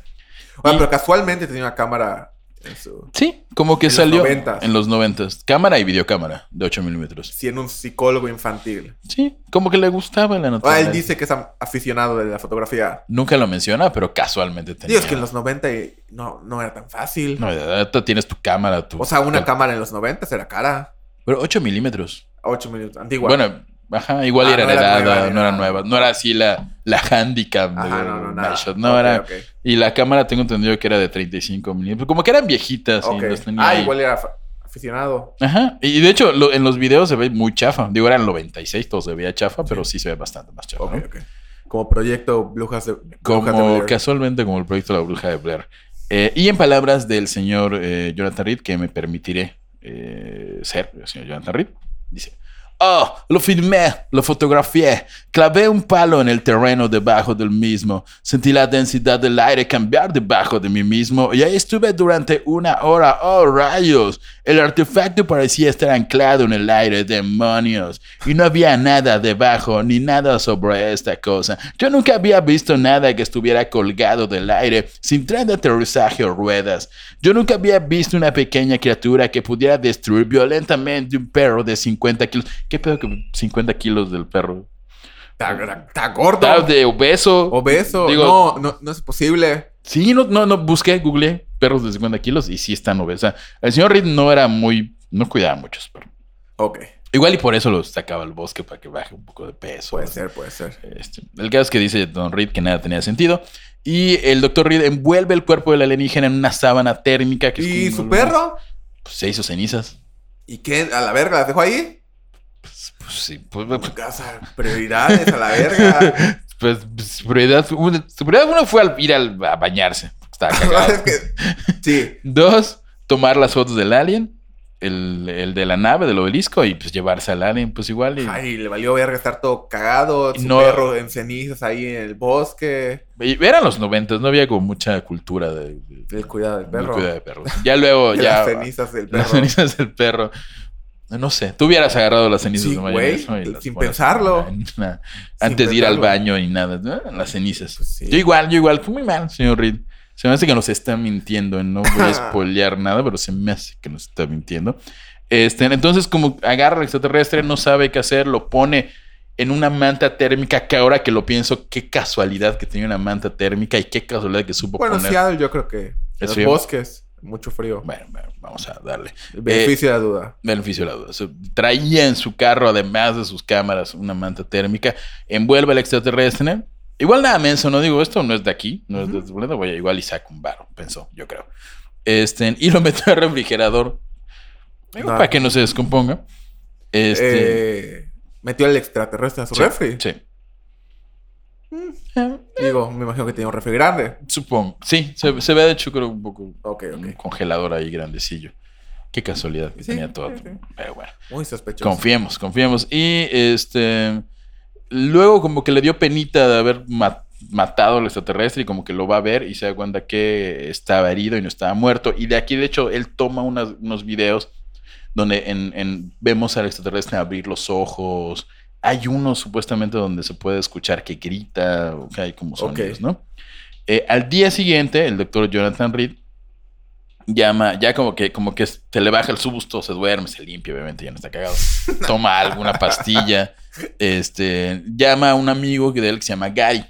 [SPEAKER 1] Ah, pero casualmente tenía una cámara en su-
[SPEAKER 2] Sí, como que
[SPEAKER 1] En los
[SPEAKER 2] salió
[SPEAKER 1] 90s.
[SPEAKER 2] en los 90. Cámara y videocámara de 8 milímetros.
[SPEAKER 1] siendo un psicólogo infantil.
[SPEAKER 2] Sí, como que le gustaba la
[SPEAKER 1] Ah,
[SPEAKER 2] naturaleza.
[SPEAKER 1] él dice que es am- aficionado de la fotografía.
[SPEAKER 2] Nunca lo menciona, pero casualmente tenía.
[SPEAKER 1] Digo, es que en los 90 y- no, no era tan fácil.
[SPEAKER 2] No, de verdad, tú tienes tu cámara, tu...
[SPEAKER 1] o sea, una
[SPEAKER 2] tal-
[SPEAKER 1] cámara en los 90 era cara.
[SPEAKER 2] Pero 8 milímetros.
[SPEAKER 1] A 8 minutos. Antigua.
[SPEAKER 2] Bueno, Ajá, igual
[SPEAKER 1] Ah,
[SPEAKER 2] era
[SPEAKER 1] no era
[SPEAKER 2] heredada,
[SPEAKER 1] nueva, era
[SPEAKER 2] no era
[SPEAKER 1] nueva.
[SPEAKER 2] nueva. No era así la, la handicap de
[SPEAKER 1] Ajá, no, no, nada.
[SPEAKER 2] Nightshot, no
[SPEAKER 1] Ok,
[SPEAKER 2] era.
[SPEAKER 1] ok.
[SPEAKER 2] Y la cámara tengo entendido que era de 35 milímetros. Pues Como que eran viejitas. y
[SPEAKER 1] Ok.
[SPEAKER 2] las tenía
[SPEAKER 1] Ah,
[SPEAKER 2] ahí.
[SPEAKER 1] igual era fa- aficionado.
[SPEAKER 2] Ajá. Y de hecho, lo- en los videos se ve muy chafa. Digo, eran 96, todo se veía chafa, pero sí se ve bastante más chafa.
[SPEAKER 1] Ok,
[SPEAKER 2] ¿no?
[SPEAKER 1] ok. Como proyecto Brujas de. Brujas de
[SPEAKER 2] Como
[SPEAKER 1] Blair.
[SPEAKER 2] casualmente como el proyecto La Bruja de Blair. Eh, y en palabras del señor eh, Jonathan Reed, que me permitiré eh, ser el señor Jonathan Reed, dice, oh, lo filmé, lo fotografié, clavé un palo en el terreno debajo del mismo, sentí la densidad del aire cambiar debajo de mí mismo y ahí estuve durante una hora, oh rayos, el artefacto parecía estar anclado en el aire, demonios, y no había nada debajo ni nada sobre esta cosa. Yo nunca había visto nada que estuviera colgado del aire sin tren de aterrizaje o ruedas. Yo nunca había visto una pequeña criatura que pudiera destruir violentamente un perro de 50 kilos. ¿Qué pedo que 50 kilos del perro?
[SPEAKER 1] Está, gra- está gordo.
[SPEAKER 2] Tal de obeso.
[SPEAKER 1] Obeso.
[SPEAKER 2] Digo-
[SPEAKER 1] no, no, no es posible.
[SPEAKER 2] Sí, no, no, no, busqué, googleé perros de 50 kilos y sí están obesos. O sea, El señor Reed no era muy, no cuidaba mucho a sus perros.
[SPEAKER 1] Ok.
[SPEAKER 2] Igual y por eso los sacaba al bosque para que baje un poco de peso.
[SPEAKER 1] Puede
[SPEAKER 2] así.
[SPEAKER 1] ser, puede ser.
[SPEAKER 2] Este, el caso es que dice Don Reed que nada tenía sentido. Y el doctor Reed envuelve el cuerpo del alienígena en una sábana térmica. Que es
[SPEAKER 1] ¿Y
[SPEAKER 2] como-
[SPEAKER 1] su perro?
[SPEAKER 2] Pues, se hizo cenizas.
[SPEAKER 1] ¿Y qué? ¿A la verga? ¿Las dejó ahí?
[SPEAKER 2] Pues, sí, pues, pues,
[SPEAKER 1] Casa, prioridades a la verga.
[SPEAKER 2] pues, pues, su prioridad, una, su prioridad uno fue al ir al- a bañarse. porque Estaba
[SPEAKER 1] es
[SPEAKER 2] cagado.
[SPEAKER 1] que. Sí.
[SPEAKER 2] Dos, tomar las fotos del alien, el, el de la nave, del obelisco, y pues llevarse al alien, pues igual. y-
[SPEAKER 1] Ay, le valió verga estar todo cagado. Su
[SPEAKER 2] No.
[SPEAKER 1] perro en cenizas ahí en el bosque.
[SPEAKER 2] y eran los noventas, no había como mucha cultura de, de-
[SPEAKER 1] El cuidado del
[SPEAKER 2] del
[SPEAKER 1] perro.
[SPEAKER 2] cuidado de perros. Ya luego,
[SPEAKER 1] De
[SPEAKER 2] ya.
[SPEAKER 1] Las cenizas del perro.
[SPEAKER 2] Las cenizas del perro. No sé, tú hubieras agarrado las cenizas
[SPEAKER 1] Sí,
[SPEAKER 2] de
[SPEAKER 1] güey,
[SPEAKER 2] mayonesa y
[SPEAKER 1] sin
[SPEAKER 2] las pones
[SPEAKER 1] pensarlo.
[SPEAKER 2] en una-
[SPEAKER 1] Sin
[SPEAKER 2] antes de ir al
[SPEAKER 1] pensarlo.
[SPEAKER 2] baño y nada, ¿no? las cenizas.
[SPEAKER 1] Pues sí.
[SPEAKER 2] Yo igual, yo igual, fue muy mal, señor Reed. Se me hace que nos está mintiendo, no voy a spoilear nada, pero se me hace que nos está mintiendo. Este, entonces, como agarra al extraterrestre, no sabe qué hacer, lo pone en una manta térmica, que ahora que lo pienso, qué casualidad que tenía una manta térmica y qué casualidad que supo
[SPEAKER 1] Bueno,
[SPEAKER 2] poner.
[SPEAKER 1] Seattle yo creo que. Los
[SPEAKER 2] frío.
[SPEAKER 1] bosques. Mucho frío.
[SPEAKER 2] Bueno, bueno, vamos a darle.
[SPEAKER 1] El
[SPEAKER 2] eh,
[SPEAKER 1] Beneficio de la duda.
[SPEAKER 2] Beneficio de la duda. Se- Traía en su carro, además de sus cámaras, una manta térmica. Envuelve al extraterrestre. Igual nada menso, no digo, esto no es de aquí, no es de este planeta, voy a- igual y saco un barro, pensó, yo creo. Este, y lo metió al refrigerador. Digo,
[SPEAKER 1] No.
[SPEAKER 2] Para que no se descomponga. Este.
[SPEAKER 1] Eh, metió al extraterrestre en su
[SPEAKER 2] sí,
[SPEAKER 1] refri.
[SPEAKER 2] Sí.
[SPEAKER 1] Mm.
[SPEAKER 2] Eh,
[SPEAKER 1] Digo, me imagino que tenía un refri grande.
[SPEAKER 2] Supongo. Sí, se, se ve de hecho, creo, un poco
[SPEAKER 1] Ok,
[SPEAKER 2] un
[SPEAKER 1] ok.
[SPEAKER 2] congelador ahí grandecillo. Qué casualidad que
[SPEAKER 1] Sí,
[SPEAKER 2] Mm, tenía todo.
[SPEAKER 1] sí, sí.
[SPEAKER 2] Pero bueno.
[SPEAKER 1] Muy sospechoso.
[SPEAKER 2] Confiemos, confiemos. Y este. Luego, como que le dio penita de haber ma- matado al extraterrestre y como que lo va a ver y se da cuenta que estaba herido y no estaba muerto. Y de aquí, de hecho, él toma unas- unos videos donde en, en- vemos al extraterrestre abrir los ojos. Hay uno supuestamente donde se puede escuchar que grita, o que hay como sonidos,
[SPEAKER 1] Ok.
[SPEAKER 2] ¿no? Eh, al día siguiente, el doctor Jonathan Reed llama, ya como que, como que se le baja el susto, se duerme, se limpia, obviamente, ya no está cagado. Toma alguna pastilla. Este, llama a un amigo que de él que se llama Gary.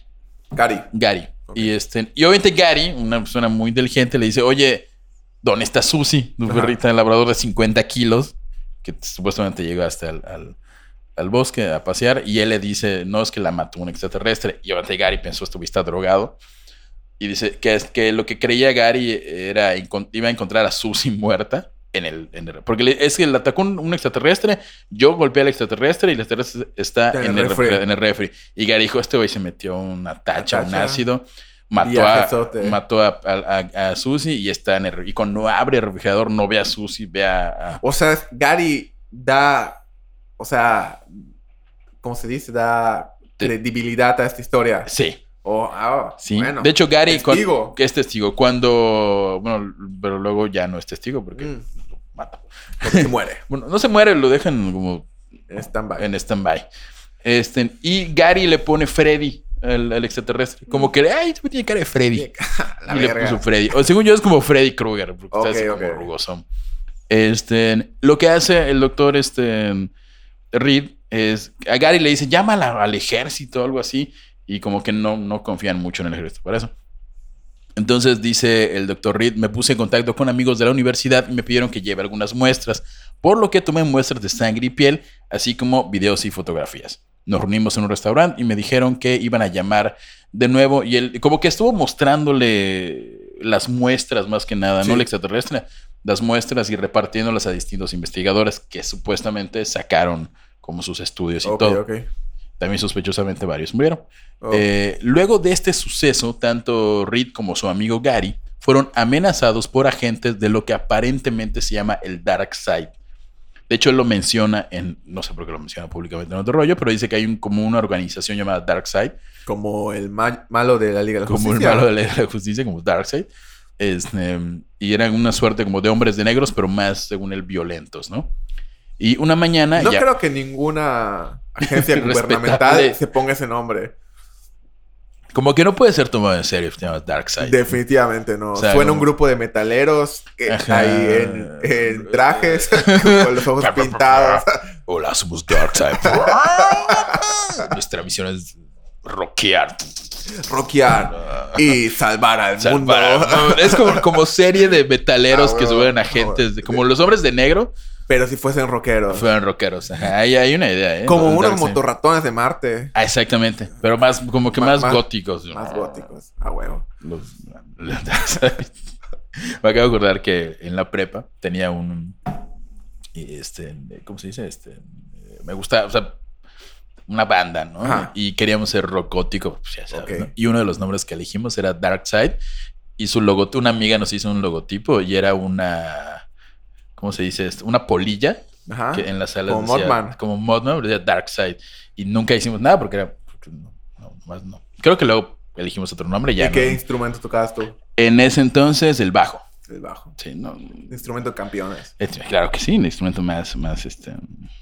[SPEAKER 1] Cari.
[SPEAKER 2] Gary.
[SPEAKER 1] Ok.
[SPEAKER 2] Y, este, y obviamente Gary, una persona muy inteligente, le dice, oye, ¿dónde está Susi? Tu
[SPEAKER 1] Ajá.
[SPEAKER 2] perrita de labrador de 50 kilos, que supuestamente llegó hasta al, al- al bosque a pasear. Y él le dice, no, es que la mató un extraterrestre. Y obviamente Gary pensó, estuviste drogado. Y dice que, es, que lo que creía Gary era, encon- iba a encontrar a Susi muerta. En el, en el- porque le- es que le atacó un, un extraterrestre, yo golpeé al extraterrestre y el extraterrestre está en, el, refri. en el refri. Y Gary dijo, este güey se metió una tacha, un
[SPEAKER 1] Tacha.
[SPEAKER 2] ácido, mató
[SPEAKER 1] Viajezote.
[SPEAKER 2] a, mató a, a- a- a Susi y está en el... re- Y cuando abre el refrigerador no ve a Susi, ve a... a-
[SPEAKER 1] O sea, es- Gary da. O sea. ¿Cómo se dice? Da
[SPEAKER 2] Te-
[SPEAKER 1] credibilidad a esta historia.
[SPEAKER 2] sí,
[SPEAKER 1] Oh, ah,
[SPEAKER 2] sí.
[SPEAKER 1] Bueno.
[SPEAKER 2] de hecho, Gary... con-
[SPEAKER 1] testigo.
[SPEAKER 2] que es testigo. Cuando... Bueno, pero luego ya no es testigo porque
[SPEAKER 1] Mm,
[SPEAKER 2] lo mata.
[SPEAKER 1] porque se muere.
[SPEAKER 2] Bueno, no se muere, lo dejan como
[SPEAKER 1] En stand-by.
[SPEAKER 2] en stand-by. Este, y Gary le pone Freddy, el, extraterrestre. Como que, ay, este güey tiene cara de Freddy.
[SPEAKER 1] La
[SPEAKER 2] y le
[SPEAKER 1] verga.
[SPEAKER 2] puso Freddy. O según yo es como Freddy Krueger, porque
[SPEAKER 1] Ok,
[SPEAKER 2] está así
[SPEAKER 1] ok.
[SPEAKER 2] como rugosón. Este, lo que hace el doctor este, Reed es, a Gary le dice, llámala al ejército o algo así. Y como que no, no confían mucho en el ejército por eso. Entonces dice el doctor Reed, me puse en contacto con amigos de la universidad y me pidieron que lleve algunas muestras, por lo que tomé muestras de sangre y piel, así como videos y fotografías. Nos reunimos en un restaurante y me dijeron que iban a llamar de nuevo y él como que estuvo mostrándole las muestras más que nada,
[SPEAKER 1] Sí.
[SPEAKER 2] no el extraterrestre, las muestras y repartiéndolas a distintos investigadores que supuestamente sacaron como sus estudios y
[SPEAKER 1] Ok,
[SPEAKER 2] todo.
[SPEAKER 1] ok.
[SPEAKER 2] También sospechosamente varios murieron.
[SPEAKER 1] Oh,
[SPEAKER 2] Eh, luego de este suceso, tanto Reed como su amigo Gary fueron amenazados por agentes de lo que aparentemente se llama el Dark Side. De hecho, él lo menciona en, no sé por qué lo menciona públicamente en otro rollo, pero dice que hay un, como una organización llamada Dark Side,
[SPEAKER 1] como el ma- malo de la Liga de la
[SPEAKER 2] como el
[SPEAKER 1] Justicia.
[SPEAKER 2] malo de la Liga de la justicia, como Dark Side. Este, y eran una suerte como de hombres de negros, pero más, según él, violentos, ¿no? Y una mañana...
[SPEAKER 1] No
[SPEAKER 2] ya-
[SPEAKER 1] creo que ninguna agencia
[SPEAKER 2] Respetable.
[SPEAKER 1] gubernamental se ponga ese nombre.
[SPEAKER 2] Como que no puede ser tomado en serio, se llama Dark Side.
[SPEAKER 1] Definitivamente no.
[SPEAKER 2] O sea,
[SPEAKER 1] Suena
[SPEAKER 2] como-
[SPEAKER 1] un grupo de metaleros que
[SPEAKER 2] Ajá.
[SPEAKER 1] ahí en, en trajes con los ojos Pues pintados.
[SPEAKER 2] Hola, somos Darkseid. Nuestra misión es rockear.
[SPEAKER 1] Rockear y salvar al
[SPEAKER 2] Salvar
[SPEAKER 1] mundo.
[SPEAKER 2] al- Es como, como serie de metaleros
[SPEAKER 1] Ah,
[SPEAKER 2] que se
[SPEAKER 1] bueno,
[SPEAKER 2] vuelven
[SPEAKER 1] ah,
[SPEAKER 2] agentes. de-
[SPEAKER 1] bueno.
[SPEAKER 2] como los hombres de negro
[SPEAKER 1] Pero si fuesen rockeros.
[SPEAKER 2] fueron rockeros. Ajá, ahí hay una idea, ¿eh?
[SPEAKER 1] Como
[SPEAKER 2] Entonces,
[SPEAKER 1] unos
[SPEAKER 2] Darkseid.
[SPEAKER 1] motorratones de Marte.
[SPEAKER 2] Ah, exactamente. Pero más, como que
[SPEAKER 1] Ma-
[SPEAKER 2] más,
[SPEAKER 1] más-
[SPEAKER 2] góticos.
[SPEAKER 1] Más góticos. A huevo.
[SPEAKER 2] Los, los Darkseid. Me acabo de acordar que en la prepa tenía un. Este, ¿Cómo se dice? Este, eh, me gustaba, o sea, una banda, ¿no?
[SPEAKER 1] Ajá.
[SPEAKER 2] Y queríamos ser rock gótico, pues, ya sabes,
[SPEAKER 1] Ok.
[SPEAKER 2] ¿no? Y uno de los nombres que elegimos era Darkseid. Y su logotipo, una amiga nos hizo un logotipo y era una. ¿Cómo se dice esto? Una polilla
[SPEAKER 1] Ajá.
[SPEAKER 2] que en las salas
[SPEAKER 1] Ah, como
[SPEAKER 2] decía-
[SPEAKER 1] Mothman.
[SPEAKER 2] Como Mothman, pero decía Darkseid. Y nunca hicimos nada porque era. porque No, no, más no. Creo que luego elegimos otro nombre y ya.
[SPEAKER 1] ¿Y qué
[SPEAKER 2] no.
[SPEAKER 1] instrumento tocabas tú?
[SPEAKER 2] En ese entonces, el bajo.
[SPEAKER 1] El bajo.
[SPEAKER 2] Sí, no.
[SPEAKER 1] Instrumento de campeones.
[SPEAKER 2] este, claro que sí, el instrumento más, más este,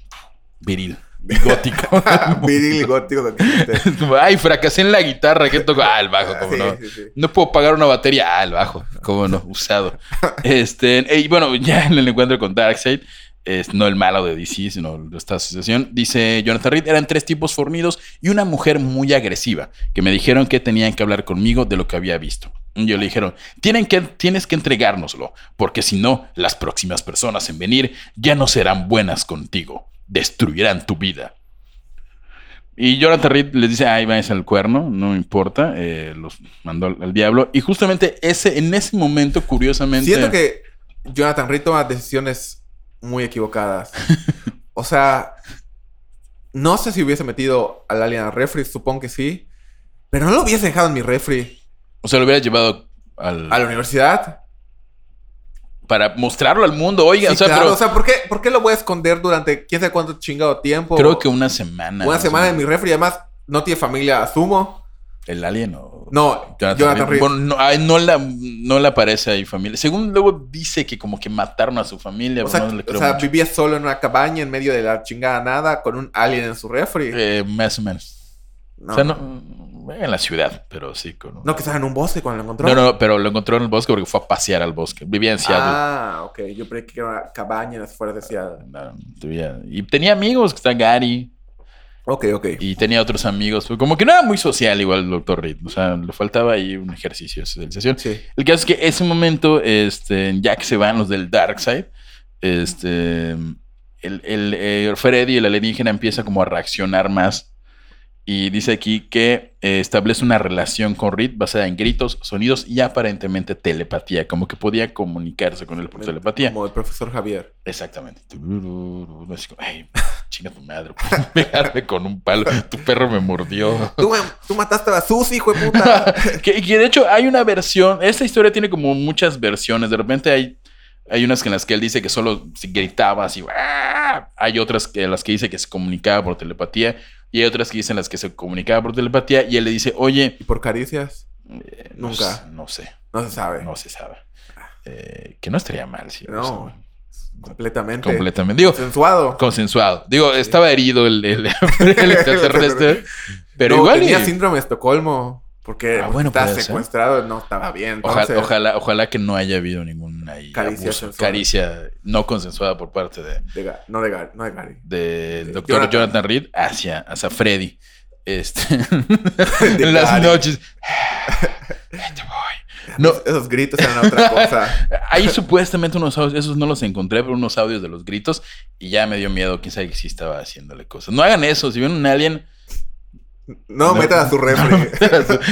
[SPEAKER 2] viril y gótico.
[SPEAKER 1] Viril y gótico que existe.
[SPEAKER 2] Es como, Ay, fracasé en la guitarra, ¿qué toco? Ah, el bajo, como
[SPEAKER 1] Sí,
[SPEAKER 2] no.
[SPEAKER 1] sí, sí.
[SPEAKER 2] No puedo pagar una batería. Ah, el bajo, como no, usado. Este, y bueno, ya en el encuentro con Darkseid, es no el malo de DC, sino de esta asociación, dice Jonathan Reed, eran tres tipos fornidos y una mujer muy agresiva, que me dijeron que tenían que hablar conmigo de lo que había visto. Y Yo le dijeron, Tienen que, tienes que entregárnoslo, porque si no, las próximas personas en venir ya no serán buenas contigo, destruirán tu vida. Y Jonathan Reed les dice, ahí va, es el cuerno, no me importa, eh, los mandó al, al diablo. Y justamente ese, en ese momento, curiosamente...
[SPEAKER 1] Siento que Jonathan Reed toma decisiones muy equivocadas. O sea, no sé si hubiese metido al alien al refri, supongo que sí. Pero no lo hubiese dejado en mi refri.
[SPEAKER 2] O sea, lo hubiera llevado al,
[SPEAKER 1] A la universidad.
[SPEAKER 2] para mostrarlo al mundo. Oiga,
[SPEAKER 1] Sí,
[SPEAKER 2] o sea,
[SPEAKER 1] claro.
[SPEAKER 2] pero
[SPEAKER 1] O sea, ¿por qué, ¿por qué lo voy a esconder durante quién sabe cuánto chingado tiempo?
[SPEAKER 2] creo que una semana.
[SPEAKER 1] una
[SPEAKER 2] más o
[SPEAKER 1] semana en
[SPEAKER 2] menos.
[SPEAKER 1] mi refri. Además, no tiene familia, asumo.
[SPEAKER 2] ¿El alien o...?
[SPEAKER 1] No, Jonathan,
[SPEAKER 2] Jonathan Reed.
[SPEAKER 1] Reed.
[SPEAKER 2] Bueno, no, ay, no, la, no le aparece ahí familia. Según luego dice que como que mataron a su familia.
[SPEAKER 1] o
[SPEAKER 2] pero
[SPEAKER 1] sea,
[SPEAKER 2] no le
[SPEAKER 1] o
[SPEAKER 2] creo
[SPEAKER 1] sea,
[SPEAKER 2] mucho.
[SPEAKER 1] vivía solo en una cabaña en medio de la chingada nada con un alien en su refri.
[SPEAKER 2] Eh, más o menos.
[SPEAKER 1] no,
[SPEAKER 2] O sea, no, en la ciudad, pero sí con... un-
[SPEAKER 1] no, que estaba en un bosque cuando lo encontró.
[SPEAKER 2] No, no, pero lo encontró en el bosque porque fue a pasear al bosque. Vivía en Seattle.
[SPEAKER 1] Ah, ok. Yo creí que era una cabaña en las afueras de Seattle.
[SPEAKER 2] No, todavía- Y tenía amigos, que está Gary,
[SPEAKER 1] Ok, ok.
[SPEAKER 2] y tenía otros amigos. Como que no era muy social igual el doctor Reed. O sea, le faltaba ahí un ejercicio de socialización.
[SPEAKER 1] Sí.
[SPEAKER 2] El caso es que ese momento, este, ya que se van los del Dark Side, este, el, el, eh, Freddy, el alienígena, empieza como a reaccionar más. Y dice aquí que eh, establece una relación con Reed basada en gritos, sonidos y aparentemente telepatía, como que podía comunicarse con él por telepatía.
[SPEAKER 1] Como el profesor Javier.
[SPEAKER 2] Exactamente. Turururu, Así como, "Ey, chinga tu madre, por pegarme con un palo. Tu perro me mordió.
[SPEAKER 1] Tú, me- tú mataste a la Susi, hijo de puta.
[SPEAKER 2] Que, que de hecho hay una versión, esta historia tiene como muchas versiones. De repente hay, hay unas que en las que él dice que solo se gritaba así. "¡Ah!". Hay otras que en las que dice que se comunicaba por telepatía. Y hay otras que dicen las que se comunicaba por telepatía. Y él le dice, oye,
[SPEAKER 1] ¿Y por caricias?
[SPEAKER 2] eh, no
[SPEAKER 1] Nunca.
[SPEAKER 2] sé, No sé,
[SPEAKER 1] No se sabe.
[SPEAKER 2] no se sabe. Eh, que no estaría mal, sí.
[SPEAKER 1] No,
[SPEAKER 2] o sea,
[SPEAKER 1] Completamente.
[SPEAKER 2] completamente. Digo,
[SPEAKER 1] Sensuado.
[SPEAKER 2] consensuado. Digo, estaba herido el, el- el extraterrestre, pero
[SPEAKER 1] No,
[SPEAKER 2] igual.
[SPEAKER 1] Tenía
[SPEAKER 2] y-
[SPEAKER 1] síndrome de Estocolmo. Porque
[SPEAKER 2] Ah, bueno,
[SPEAKER 1] estaba
[SPEAKER 2] puede ser.
[SPEAKER 1] secuestrado, no estaba bien.
[SPEAKER 2] ojalá,
[SPEAKER 1] Entonces,
[SPEAKER 2] ojalá, ojalá que no haya habido ningún ahí
[SPEAKER 1] Caricia
[SPEAKER 2] abuso,
[SPEAKER 1] sensual.
[SPEAKER 2] caricia no consensuada por parte de,
[SPEAKER 1] de Ga- no, de Gary, no de Gary.
[SPEAKER 2] del
[SPEAKER 1] De
[SPEAKER 2] doctor Jonathan.
[SPEAKER 1] Jonathan.
[SPEAKER 2] Reed hacia, hacia Freddy. Este,
[SPEAKER 1] De
[SPEAKER 2] en las
[SPEAKER 1] Gary.
[SPEAKER 2] noches. Ahí te voy. No.
[SPEAKER 1] Es- Esos gritos eran otra cosa.
[SPEAKER 2] Hay supuestamente unos audios, esos no los encontré, pero unos audios de los gritos y ya me dio miedo. Quién sabe que sí estaba haciéndole cosas. No hagan eso. Si ven un alien,
[SPEAKER 1] No, metan a su refri.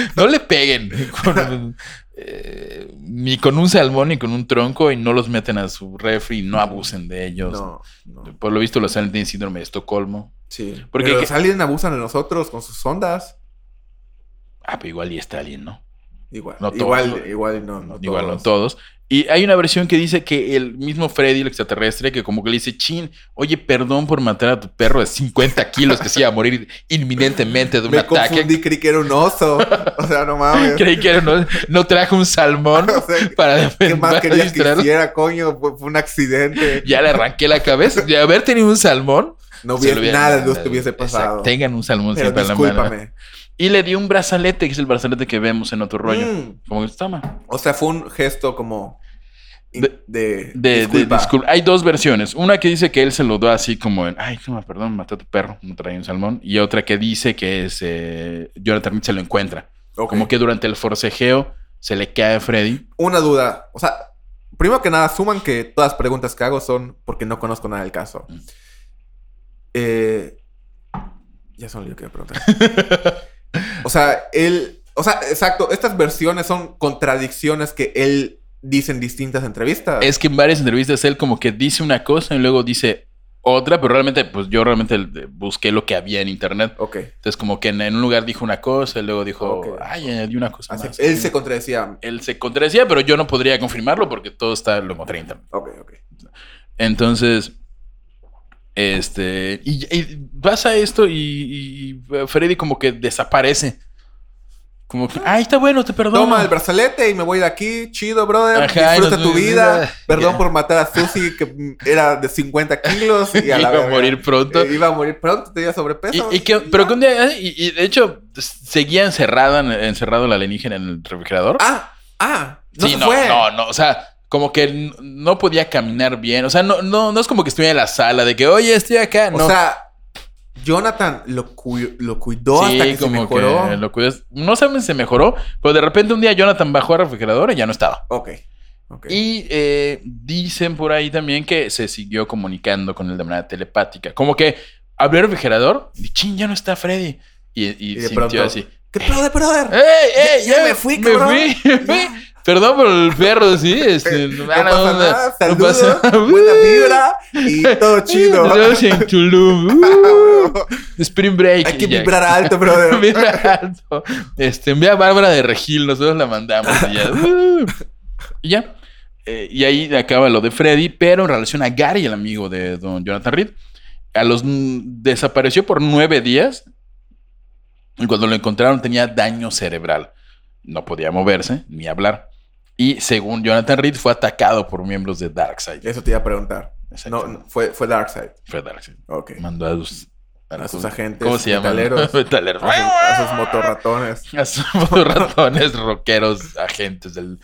[SPEAKER 2] no le peguen. con, eh, ni con un salmón ni con un tronco y no los meten a su refri. No abusen de ellos.
[SPEAKER 1] No, no.
[SPEAKER 2] Por lo visto, los aliens tienen síndrome de Estocolmo.
[SPEAKER 1] Sí.
[SPEAKER 2] Porque-
[SPEAKER 1] Porque Pero los aliens abusan de nosotros con sus ondas.
[SPEAKER 2] Ah, pero igual y está alien, ¿no?
[SPEAKER 1] Igual.
[SPEAKER 2] No todos.
[SPEAKER 1] igual, igual no. no
[SPEAKER 2] Igual no
[SPEAKER 1] todos.
[SPEAKER 2] todos. Y hay una versión que dice que el mismo Freddy, el extraterrestre, que como que le dice, chin, oye, perdón por matar a tu perro de 50 kilos que se iba a morir inminentemente de un
[SPEAKER 1] Me
[SPEAKER 2] ataque.
[SPEAKER 1] confundí, creí que era un oso. O sea, no mames.
[SPEAKER 2] Creí que era- no, no trajo un salmón
[SPEAKER 1] O sea,
[SPEAKER 2] para
[SPEAKER 1] ¿Qué más
[SPEAKER 2] defender.
[SPEAKER 1] querías que hiciera, coño? Fue, fue un accidente.
[SPEAKER 2] Ya le arranqué la cabeza. De haber tenido un salmón,
[SPEAKER 1] No
[SPEAKER 2] se lo
[SPEAKER 1] hubiera
[SPEAKER 2] hubiera-
[SPEAKER 1] nada de lo que hubiese pasado.
[SPEAKER 2] Exacto, Tengan un salmón
[SPEAKER 1] Pero
[SPEAKER 2] siempre a la mano.
[SPEAKER 1] discúlpame.
[SPEAKER 2] Y le dio un brazalete, que es el brazalete que vemos en otro rollo.
[SPEAKER 1] Mm.
[SPEAKER 2] Como que está mal.
[SPEAKER 1] O sea, fue un gesto como in-
[SPEAKER 2] De-
[SPEAKER 1] de,
[SPEAKER 2] de, de
[SPEAKER 1] Eh, disculpa.
[SPEAKER 2] discul- Hay dos versiones. Una que dice que él se lo da así como en, ay, no, perdón, maté a tu perro, no traía un salmón. Y otra que dice que es, eh, Jonathan Meeks se lo encuentra.
[SPEAKER 1] Ok.
[SPEAKER 2] Como que durante el forcejeo se le cae a Freddy.
[SPEAKER 1] Una duda. O sea, primero que nada, asuman que todas las preguntas que hago son porque no conozco nada del caso.
[SPEAKER 2] Mm.
[SPEAKER 1] Eh, ya son lo que iba a preguntar. o sea, él. O sea, exacto. Estas versiones son contradicciones que él dice en distintas entrevistas.
[SPEAKER 2] Es que en varias entrevistas él como que dice una cosa y luego dice otra, pero realmente, pues yo realmente eh, busqué lo que había en internet.
[SPEAKER 1] Ok.
[SPEAKER 2] Entonces como que en, en un lugar dijo una cosa y luego dijo,
[SPEAKER 1] Ok.
[SPEAKER 2] ay, añadí una cosa
[SPEAKER 1] Así-
[SPEAKER 2] más.
[SPEAKER 1] él se contradecía.
[SPEAKER 2] Él se contradecía, pero yo no podría confirmarlo porque todo está, lo encontré en internet.
[SPEAKER 1] Ok, ok.
[SPEAKER 2] Entonces, este, y, y pasa esto y, y- y Freddy como que desaparece. Como que, ay, está bueno, te perdono.
[SPEAKER 1] Toma el brazalete y me voy de aquí. Chido, brother.
[SPEAKER 2] Ajá,
[SPEAKER 1] Disfruta
[SPEAKER 2] y
[SPEAKER 1] tu
[SPEAKER 2] nos-
[SPEAKER 1] vida.
[SPEAKER 2] ya.
[SPEAKER 1] Perdón por matar a Susi, que mm, era de 50 kilos. Y a la
[SPEAKER 2] Iba a
[SPEAKER 1] verga.
[SPEAKER 2] morir pronto.
[SPEAKER 1] Eh, iba a morir pronto, tenía sobrepeso.
[SPEAKER 2] Y, y que, pero que un día, ah, y, y de hecho, seguía encerrada, en- encerrado la alienígena en el refrigerador.
[SPEAKER 1] Ah, ah. No
[SPEAKER 2] Sí,
[SPEAKER 1] se
[SPEAKER 2] no,
[SPEAKER 1] fue.
[SPEAKER 2] no, no, o sea, como que n- no podía caminar bien. O sea, no, no, no es como que estuviera en la sala de que, oye, estoy acá. No.
[SPEAKER 1] O sea, Jonathan lo, cu- lo cuidó hasta que se mejoró.
[SPEAKER 2] lo cuidas. No saben si se mejoró, pero de repente un día Jonathan bajó al refrigerador y ya no estaba.
[SPEAKER 1] Ok. ok.
[SPEAKER 2] Y eh, dicen por ahí también que se siguió comunicando con él de manera telepática. Como que abrió el refrigerador y ching, ya no está Freddy. Y, y
[SPEAKER 1] Y de
[SPEAKER 2] sintió
[SPEAKER 1] pronto,
[SPEAKER 2] así.
[SPEAKER 1] ¿Qué pedo de brother?
[SPEAKER 2] ¡Ey, ey!
[SPEAKER 1] Ya- ya me fui, cabrón.
[SPEAKER 2] fui, Eh, me fui. Perdón por el perro, sí. Este,
[SPEAKER 1] No
[SPEAKER 2] mala
[SPEAKER 1] pasa
[SPEAKER 2] onda.
[SPEAKER 1] nada,
[SPEAKER 2] No
[SPEAKER 1] saludos,
[SPEAKER 2] pasa-
[SPEAKER 1] buena vibra y todo chido.
[SPEAKER 2] Nos vemos en Tulum. Uh, Spring Break.
[SPEAKER 1] Hay que
[SPEAKER 2] Y ya.
[SPEAKER 1] vibrar alto, brother.
[SPEAKER 2] Vibra alto. Este, envía a Bárbara de Regil, nosotros la mandamos. Y ya. Uh, y ya. Eh, y ahí acaba lo de Freddy, pero en relación a Gary, el amigo de don Jonathan Reed, a los n- desapareció por nueve días. Y cuando lo encontraron tenía daño cerebral. No podía moverse ni hablar. Y según Jonathan Reed, fue atacado por miembros de Darkseid.
[SPEAKER 1] Eso te iba a preguntar. No, no, fue, fue Darkseid.
[SPEAKER 2] Fue Darkseid.
[SPEAKER 1] Ok.
[SPEAKER 2] Mandó a sus,
[SPEAKER 1] A sus agentes
[SPEAKER 2] ¿Cómo se llaman?
[SPEAKER 1] metaleros.
[SPEAKER 2] Metaleros.
[SPEAKER 1] A sus, a sus motorratones.
[SPEAKER 2] A sus ratones rockeros, agentes del,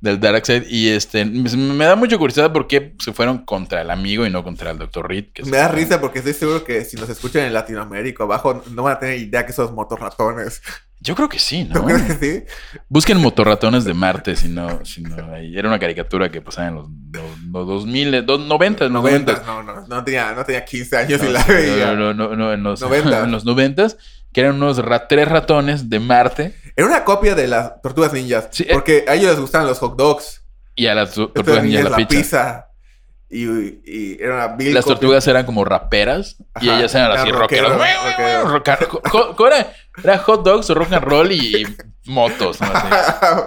[SPEAKER 2] del Darkseid. Y este, me, me da mucha curiosidad por qué se fueron contra el amigo y no contra el Dr. Reed. que es-
[SPEAKER 1] Me da risa porque estoy seguro que si nos escuchan en Latinoamérica abajo no van a tener idea que esos motorratones.
[SPEAKER 2] Yo creo que sí,
[SPEAKER 1] ¿Tú
[SPEAKER 2] ¿no?
[SPEAKER 1] crees que sí?
[SPEAKER 2] Busquen motorratones de Marte, si no, si no hay- Era una caricatura que pasaba en los, los, los 2000, dos- 90, 90.
[SPEAKER 1] 90. No, no, no tenía, no tenía 15 años y
[SPEAKER 2] No,
[SPEAKER 1] la
[SPEAKER 2] sí,
[SPEAKER 1] veía.
[SPEAKER 2] no, no, no, no, en los
[SPEAKER 1] Noventa.
[SPEAKER 2] en los 90 que eran unos ra- tres ratones de Marte
[SPEAKER 1] Era una copia de las tortugas ninjas.
[SPEAKER 2] Sí, eh.
[SPEAKER 1] porque a ellos les gustaban los hot dogs.
[SPEAKER 2] y a las tu-
[SPEAKER 1] Tortugas
[SPEAKER 2] tortugas
[SPEAKER 1] ninjas,
[SPEAKER 2] ninja
[SPEAKER 1] Este la
[SPEAKER 2] la
[SPEAKER 1] pizza.
[SPEAKER 2] pizza.
[SPEAKER 1] Y, y era una vil
[SPEAKER 2] Las
[SPEAKER 1] copia.
[SPEAKER 2] tortugas eran como raperas y
[SPEAKER 1] Ajá,
[SPEAKER 2] ellas eran así
[SPEAKER 1] eran
[SPEAKER 2] rockeras.
[SPEAKER 1] rockeras,
[SPEAKER 2] Güey, güey,
[SPEAKER 1] rockeras.
[SPEAKER 2] güey, rock and- jo- jo- era, era hot dogs, rock and roll y, y motos. ¿no? Así.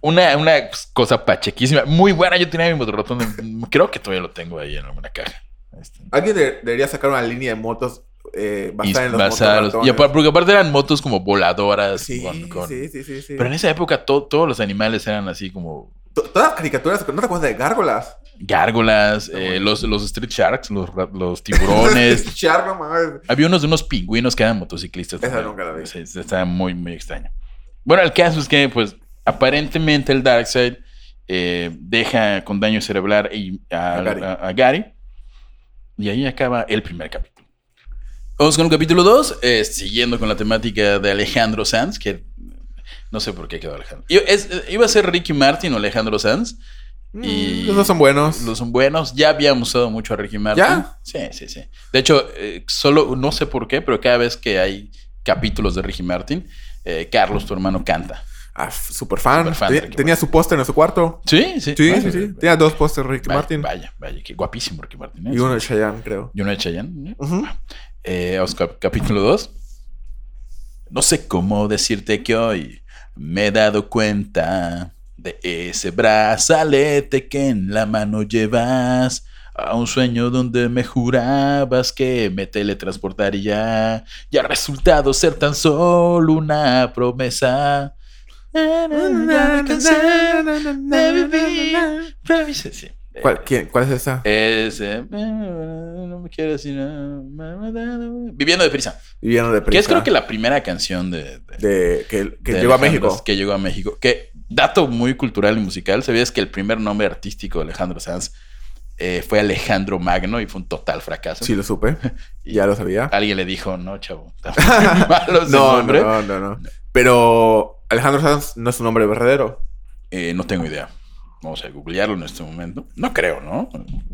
[SPEAKER 2] Una, una cosa pachequísima. Muy buena. Yo tenía mi motorrotón. de- Creo que todavía lo tengo ahí en alguna caja. Este,
[SPEAKER 1] Alguien de- debería sacar una línea de motos eh,
[SPEAKER 2] y
[SPEAKER 1] basada en los
[SPEAKER 2] basada en los-
[SPEAKER 1] motorratones.
[SPEAKER 2] y aparte, porque aparte eran motos como voladoras.
[SPEAKER 1] Sí,
[SPEAKER 2] con- con-
[SPEAKER 1] sí, sí, sí, sí.
[SPEAKER 2] Pero en esa época to- todos los animales eran así como
[SPEAKER 1] To- Todas las caricaturas, ¿no te acuerdas de Gárgolas?
[SPEAKER 2] gárgolas, eh, los, los street sharks, los, ra- los tiburones.
[SPEAKER 1] Char, no mames.
[SPEAKER 2] Había unos de unos pingüinos que eran motociclistas.
[SPEAKER 1] Esa
[SPEAKER 2] también.
[SPEAKER 1] nunca la vi.
[SPEAKER 2] Sí, sí, estaba muy, muy extraña. Bueno, el caso es que, pues, aparentemente el Darkseid eh, deja con daño cerebral y- a,
[SPEAKER 1] A Gary.
[SPEAKER 2] a- a Gary. Y ahí acaba el primer capítulo. eh, Vamos con el capítulo 2, siguiendo con la temática de Alejandro Sanz, que No sé por qué quedó Alejandro. Yo- es- eh, iba a ser Ricky Martin o Alejandro Sanz. Y-
[SPEAKER 1] Mm, Los dos son buenos.
[SPEAKER 2] Los son buenos. Ya habíamos usado mucho a Ricky Martin.
[SPEAKER 1] ¿Ya?
[SPEAKER 2] Sí, sí, sí. De hecho, eh, solo, no sé por qué, pero cada vez que hay capítulos de Ricky Martin, eh, Carlos, tu hermano, canta.
[SPEAKER 1] Ah, f- super fan.
[SPEAKER 2] Super fan de
[SPEAKER 1] tenía,
[SPEAKER 2] Ricky
[SPEAKER 1] tenía su póster en su cuarto.
[SPEAKER 2] Sí, sí.
[SPEAKER 1] Sí,
[SPEAKER 2] Vaya,
[SPEAKER 1] sí, sí.
[SPEAKER 2] vaya,
[SPEAKER 1] Tenía dos pósters Ricky
[SPEAKER 2] vaya,
[SPEAKER 1] Martin.
[SPEAKER 2] Vaya, vaya, qué guapísimo Ricky Martin. ¿eh?
[SPEAKER 1] Y uno de Cheyenne, creo.
[SPEAKER 2] Y uno de Chayanne. ¿eh?
[SPEAKER 1] Ujú.
[SPEAKER 2] Eh, vamos cap- capítulo 2. No sé cómo decirte que hoy me he dado cuenta de ese brazalete que en la mano llevas. A un sueño donde me jurabas que me teletransportaría y ha resultado ser tan solo una promesa. Sí.
[SPEAKER 1] ¿Cuál, quién- cuál es esa?
[SPEAKER 2] Es. eh, no me quiero decir nada. Viviendo de prisa.
[SPEAKER 1] Viviendo de
[SPEAKER 2] Que es
[SPEAKER 1] Prisa.
[SPEAKER 2] creo que la primera canción de. de-
[SPEAKER 1] De- que, que
[SPEAKER 2] de
[SPEAKER 1] llegó a
[SPEAKER 2] Alejandro-
[SPEAKER 1] México.
[SPEAKER 2] Que llegó a México. Que, dato muy cultural y musical, ¿sabías que el primer nombre artístico de Alejandro Sanz eh, fue Alejandro Magno y fue un total fracaso?
[SPEAKER 1] Sí, lo supe. Ya lo sabía.
[SPEAKER 2] Alguien le dijo, no, chavo, está muy malo ese
[SPEAKER 1] No,
[SPEAKER 2] Ah, nombre.
[SPEAKER 1] no, no, no. Pero Alejandro Sanz no es un nombre verdadero.
[SPEAKER 2] Eh, no tengo idea. Vamos a googlearlo en este momento. No creo, ¿no?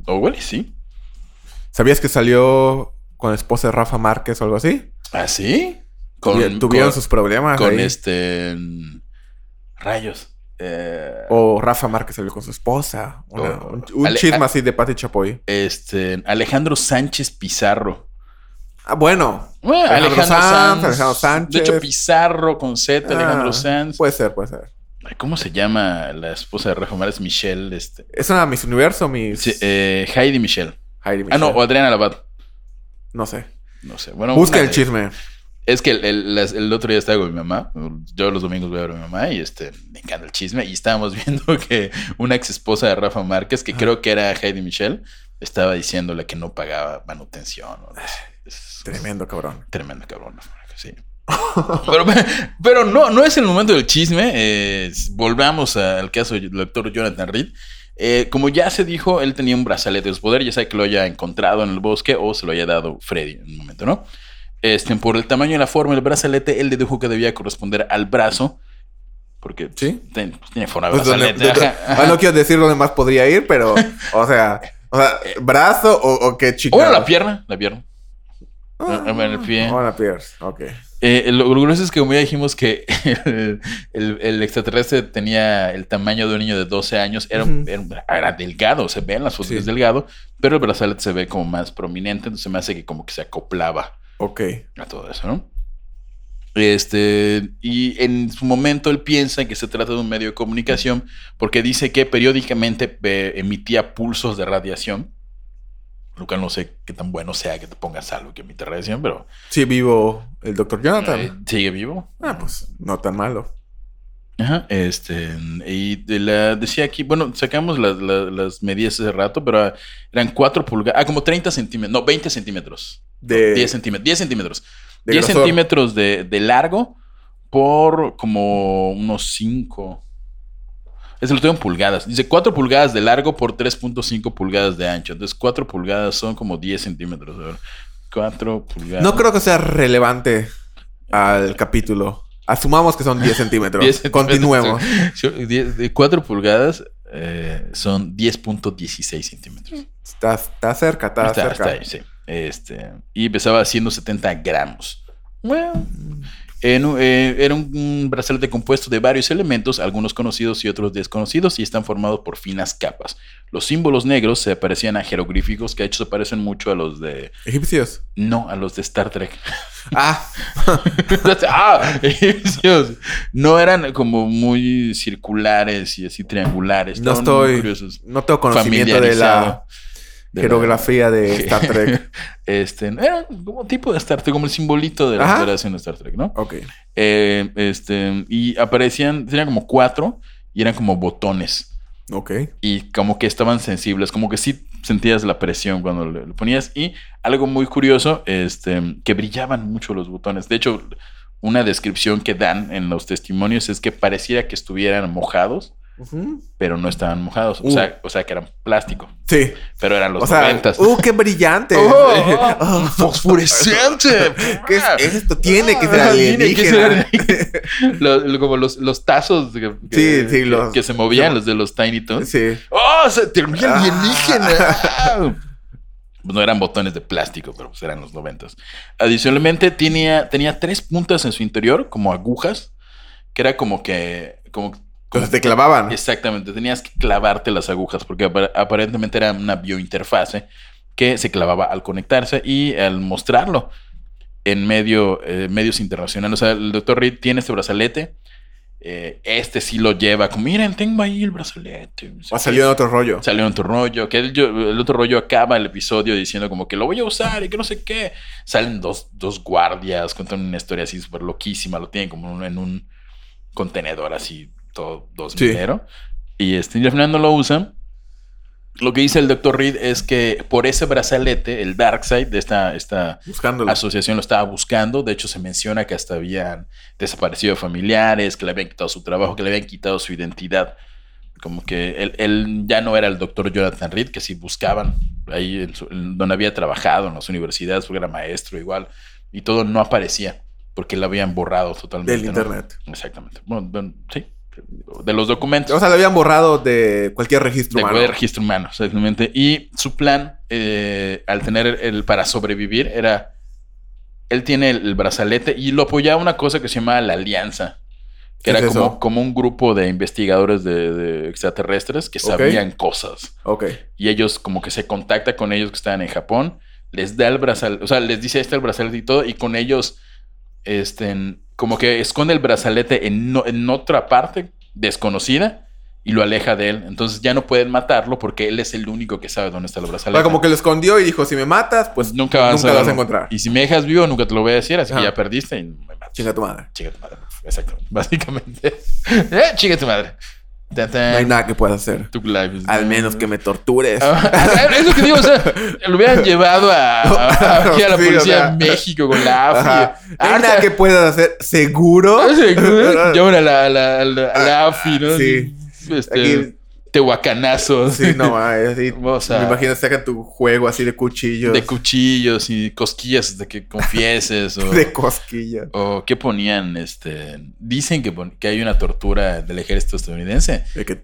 [SPEAKER 2] O igual y sí.
[SPEAKER 1] ¿Sabías que salió con la esposa de Rafa Márquez o algo así?
[SPEAKER 2] ¿Ah, sí?
[SPEAKER 1] Tuvi- Tuvieron sus problemas.
[SPEAKER 2] con
[SPEAKER 1] ahí.
[SPEAKER 2] este mm, rayos Eh,
[SPEAKER 1] O Rafa Márquez salió con su esposa. Una-
[SPEAKER 2] O-
[SPEAKER 1] un un
[SPEAKER 2] Ale- ah.
[SPEAKER 1] chisme
[SPEAKER 2] a-
[SPEAKER 1] así de Pati Chapoy.
[SPEAKER 2] este Alejandro Sánchez Pizarro
[SPEAKER 1] Ah, bueno.
[SPEAKER 2] Bueno,
[SPEAKER 1] Alejandro
[SPEAKER 2] Alejandro,
[SPEAKER 1] Sanz,
[SPEAKER 2] Sanz,
[SPEAKER 1] Alejandro Sánchez.
[SPEAKER 2] de hecho Pizarro con Z Alejandro
[SPEAKER 1] Ah,
[SPEAKER 2] Sanz
[SPEAKER 1] Puede ser, puede ser.
[SPEAKER 2] Ay, cómo se llama la esposa de Rafa Márquez Michelle este
[SPEAKER 1] Es una Miss Universo, Miss
[SPEAKER 2] Sí, eh, Heidi Michelle
[SPEAKER 1] Heidi
[SPEAKER 2] ah no
[SPEAKER 1] Michelle.
[SPEAKER 2] o Adriana Labat
[SPEAKER 1] No sé.
[SPEAKER 2] no sé bueno
[SPEAKER 1] Busca
[SPEAKER 2] una
[SPEAKER 1] el
[SPEAKER 2] de-
[SPEAKER 1] chisme.
[SPEAKER 2] Es que el, el- las- el otro día estaba con mi mamá. Yo los domingos voy a ver a mi mamá y este, me encanta el chisme. Y estábamos viendo que una ex esposa de Rafa Márquez, que creo que era Heidi Michelle, estaba diciéndole que no pagaba manutención. o algo así. Es- es
[SPEAKER 1] Tremendo, cabrón.
[SPEAKER 2] tremendo cabrón. Rafa Márquez, Sí. pero, pero no, no es el momento del chisme. eh, volvamos al caso del doctor Jonathan Reed. Eh, como ya se dijo, él tenía un brazalete de su poder, ya sea que lo haya encontrado en el bosque o se lo haya dado Freddy en un momento, ¿no? Este, por el tamaño y la forma del brazalete, él dedujo que debía corresponder al brazo, porque pues,
[SPEAKER 1] Sí.
[SPEAKER 2] ten- pues, tiene forma de
[SPEAKER 1] Pues donde-
[SPEAKER 2] brazalete.
[SPEAKER 1] donde-
[SPEAKER 2] ajá, ajá.
[SPEAKER 1] ah, no quiero decir dónde más podría ir, pero, o sea, o sea brazo o, o qué
[SPEAKER 2] Eh, O
[SPEAKER 1] chica.
[SPEAKER 2] bueno, la pierna, la pierna.
[SPEAKER 1] Ah,
[SPEAKER 2] Ah, bueno, el pie.
[SPEAKER 1] o la pierna, ok.
[SPEAKER 2] Eh, lo, lo grueso es que, como ya dijimos, que el, el- el extraterrestre tenía el tamaño de un niño de 12 años. Era,
[SPEAKER 1] Ujú.
[SPEAKER 2] era un- era delgado, se ve en las fotos
[SPEAKER 1] Sí.
[SPEAKER 2] que es delgado, pero el brazalete se ve como más prominente, entonces me hace que como que se acoplaba
[SPEAKER 1] Ok.
[SPEAKER 2] a todo eso, ¿no? Este, y en su momento él piensa que se trata de un medio de comunicación porque dice que periódicamente eh, emitía pulsos de radiación. Luca, no sé qué tan bueno sea que te pongas algo que emite radiación, pero
[SPEAKER 1] Sí, vivo el doctor Jonathan.
[SPEAKER 2] eh, sigue vivo.
[SPEAKER 1] Ah, pues no tan malo.
[SPEAKER 2] Ajá, este, y de la, decía aquí, bueno, sacamos las, las, las medidas hace rato, pero ah, eran 4 pulgadas, ah, como 30 centímetros, no, 20 centímetros,
[SPEAKER 1] De,
[SPEAKER 2] 10 centímetros, 10 centímetros,
[SPEAKER 1] Eh, de
[SPEAKER 2] 10
[SPEAKER 1] grosor.
[SPEAKER 2] centímetros de, de largo por como unos 5. Es lo tengo en pulgadas. Dice 4 pulgadas de largo por 3.5 pulgadas de ancho. Entonces 4 pulgadas son como 10 centímetros. A ver, 4 pulgadas.
[SPEAKER 1] No creo que sea relevante al capítulo. Asumamos que son 10 centímetros.
[SPEAKER 2] 10 centímetros.
[SPEAKER 1] Continuemos.
[SPEAKER 2] Sí, diez- de 4 pulgadas eh, son 10.16 centímetros.
[SPEAKER 1] Está, está cerca, está,
[SPEAKER 2] Está,
[SPEAKER 1] cerca.
[SPEAKER 2] está ahí, sí. Este, y pesaba 170 gramos. Bueno, en un- eh, era un, un brazalete compuesto de varios elementos, algunos conocidos y otros desconocidos, y están formados por finas capas. Los símbolos negros se parecían a jeroglíficos que de hecho se parecen mucho a los de...
[SPEAKER 1] Egipcios.
[SPEAKER 2] No, a los de Star Trek.
[SPEAKER 1] Ah,
[SPEAKER 2] Entonces, ah, egipcios. No eran como muy circulares y así triangulares.
[SPEAKER 1] No
[SPEAKER 2] Estaban muy
[SPEAKER 1] estoy
[SPEAKER 2] curiosos.
[SPEAKER 1] no tengo conocimiento de la
[SPEAKER 2] Familiarizado. De la-
[SPEAKER 1] geografía de
[SPEAKER 2] Sí.
[SPEAKER 1] Star Trek.
[SPEAKER 2] Este, era como tipo de Star Trek, como el simbolito de la
[SPEAKER 1] Ajá.
[SPEAKER 2] Federación de Star Trek, ¿no?
[SPEAKER 1] Ok.
[SPEAKER 2] Eh, este, y aparecían, tenían como cuatro y eran como botones.
[SPEAKER 1] Ok.
[SPEAKER 2] Y como que estaban sensibles, como que sí sentías la presión cuando le- lo ponías. Y algo muy curioso, este, que brillaban mucho los botones. De hecho, una descripción que dan en los testimonios es que pareciera que estuvieran mojados
[SPEAKER 1] Ujú.
[SPEAKER 2] pero no estaban mojados. O,
[SPEAKER 1] Uh.
[SPEAKER 2] sea, o sea, que eran plástico,
[SPEAKER 1] Sí.
[SPEAKER 2] pero eran los
[SPEAKER 1] o sea,
[SPEAKER 2] 90.
[SPEAKER 1] ¡uh, qué brillante!
[SPEAKER 2] ¡Oh! ¡Fosforescente!
[SPEAKER 1] Ah, ¿Qué es esto? Tiene que ser
[SPEAKER 2] Ah, tiene que ser
[SPEAKER 1] alienígena.
[SPEAKER 2] alienígena. Lo- lo- como los, los tazos que,
[SPEAKER 1] Sí,
[SPEAKER 2] que-
[SPEAKER 1] sí,
[SPEAKER 2] que-
[SPEAKER 1] los-
[SPEAKER 2] que se movían, los de los Tiny Toons.
[SPEAKER 1] Sí.
[SPEAKER 2] ¡Oh! Se termina
[SPEAKER 1] Ah.
[SPEAKER 2] alienígena. Ah. Pues no eran botones de plástico, pero pues eran los noventas. Adicionalmente tenía, tenía tres puntas en su interior, como agujas, que era como que... Como, como-
[SPEAKER 1] Entonces te clavaban.
[SPEAKER 2] Exactamente, tenías que clavarte las agujas porque apa- aparentemente era una biointerfase que se clavaba al conectarse y al mostrarlo en medio, eh, medios internacionales. O sea, el doctor Reed tiene este brazalete. eh, este sí lo lleva como, miren, tengo ahí el brazalete.
[SPEAKER 1] O salió en otro rollo.
[SPEAKER 2] Salió en tu rollo, que el, yo- el otro rollo acaba el episodio diciendo como que lo voy a usar y que no sé qué. Salen dos, dos guardias, cuentan una historia así súper loquísima, lo tienen como en un- en un contenedor así, todo dos
[SPEAKER 1] Sí.
[SPEAKER 2] minero. Y este, y al final no lo usan. Lo que dice el doctor Reed es que por ese brazalete, el Darkseid de esta, esta
[SPEAKER 1] Buscándolo.
[SPEAKER 2] asociación lo estaba buscando. De hecho, se menciona que hasta habían desaparecido familiares, que le habían quitado su trabajo, que le habían quitado su identidad. Como que él, él ya no era el doctor Jonathan Reed, que sí buscaban ahí en su- en donde había trabajado, en las universidades, porque era maestro igual, y todo no aparecía, porque lo habían borrado totalmente.
[SPEAKER 1] Del
[SPEAKER 2] ¿no?
[SPEAKER 1] internet.
[SPEAKER 2] Exactamente. Bueno, bueno, sí, de los documentos.
[SPEAKER 1] O sea, lo habían borrado de cualquier registro
[SPEAKER 2] De
[SPEAKER 1] humano.
[SPEAKER 2] cualquier registro humano, exactamente. Y su plan, eh, al tener el para sobrevivir, era. Él tiene el, el brazalete y lo apoyaba una cosa que se llamaba la Alianza.
[SPEAKER 1] ¿Qué
[SPEAKER 2] Que era
[SPEAKER 1] es
[SPEAKER 2] como,
[SPEAKER 1] eso?
[SPEAKER 2] como un grupo de investigadores de, de extraterrestres que
[SPEAKER 1] Ok.
[SPEAKER 2] sabían cosas.
[SPEAKER 1] Ok.
[SPEAKER 2] Y ellos, como que se contacta con ellos que estaban en Japón, les da el brazalete, o sea, les dice este el brazalete y todo, y con ellos, este, en- como que esconde el brazalete en, no- en otra parte desconocida y lo aleja de él. Entonces ya no pueden matarlo porque él es el único que sabe dónde está el
[SPEAKER 1] O
[SPEAKER 2] brazalete.
[SPEAKER 1] sea, como que lo escondió y dijo, si me matas, pues
[SPEAKER 2] nunca vas,
[SPEAKER 1] nunca
[SPEAKER 2] a,
[SPEAKER 1] lo vas a encontrar.
[SPEAKER 2] Y si me dejas vivo, nunca te lo voy a decir, así
[SPEAKER 1] Ajá.
[SPEAKER 2] que ya perdiste y me matas.
[SPEAKER 1] chinga tu madre.
[SPEAKER 2] Chinga tu madre. Exactamente. Básicamente. eh, chinga tu madre. Tan, tan.
[SPEAKER 1] No hay nada que puedas hacer.
[SPEAKER 2] Tu life is-
[SPEAKER 1] Al menos que me tortures.
[SPEAKER 2] Ah, es lo que digo, o sea, lo hubieran llevado a, a- aquí a la
[SPEAKER 1] Sí, o
[SPEAKER 2] policía
[SPEAKER 1] sea.
[SPEAKER 2] de México con la
[SPEAKER 1] Ajá.
[SPEAKER 2] AFI.
[SPEAKER 1] No hay nada que puedas hacer. ¿Seguro?
[SPEAKER 2] Ah, Llevan a la, a la- a la- a la AFI, ¿no?
[SPEAKER 1] Ah, Sí.
[SPEAKER 2] Este,
[SPEAKER 1] Aquí-
[SPEAKER 2] Tehuacanazos.
[SPEAKER 1] Sí, no, ay, así-
[SPEAKER 2] O sea-
[SPEAKER 1] me imagino sacan tu juego así de cuchillos,
[SPEAKER 2] De
[SPEAKER 1] de,
[SPEAKER 2] cuchillos y cosquillas de que confieses. O,
[SPEAKER 1] cosquillas.
[SPEAKER 2] o qué ponían, este. Dicen que, pon- que hay una tortura del ejército estadounidense.
[SPEAKER 1] De que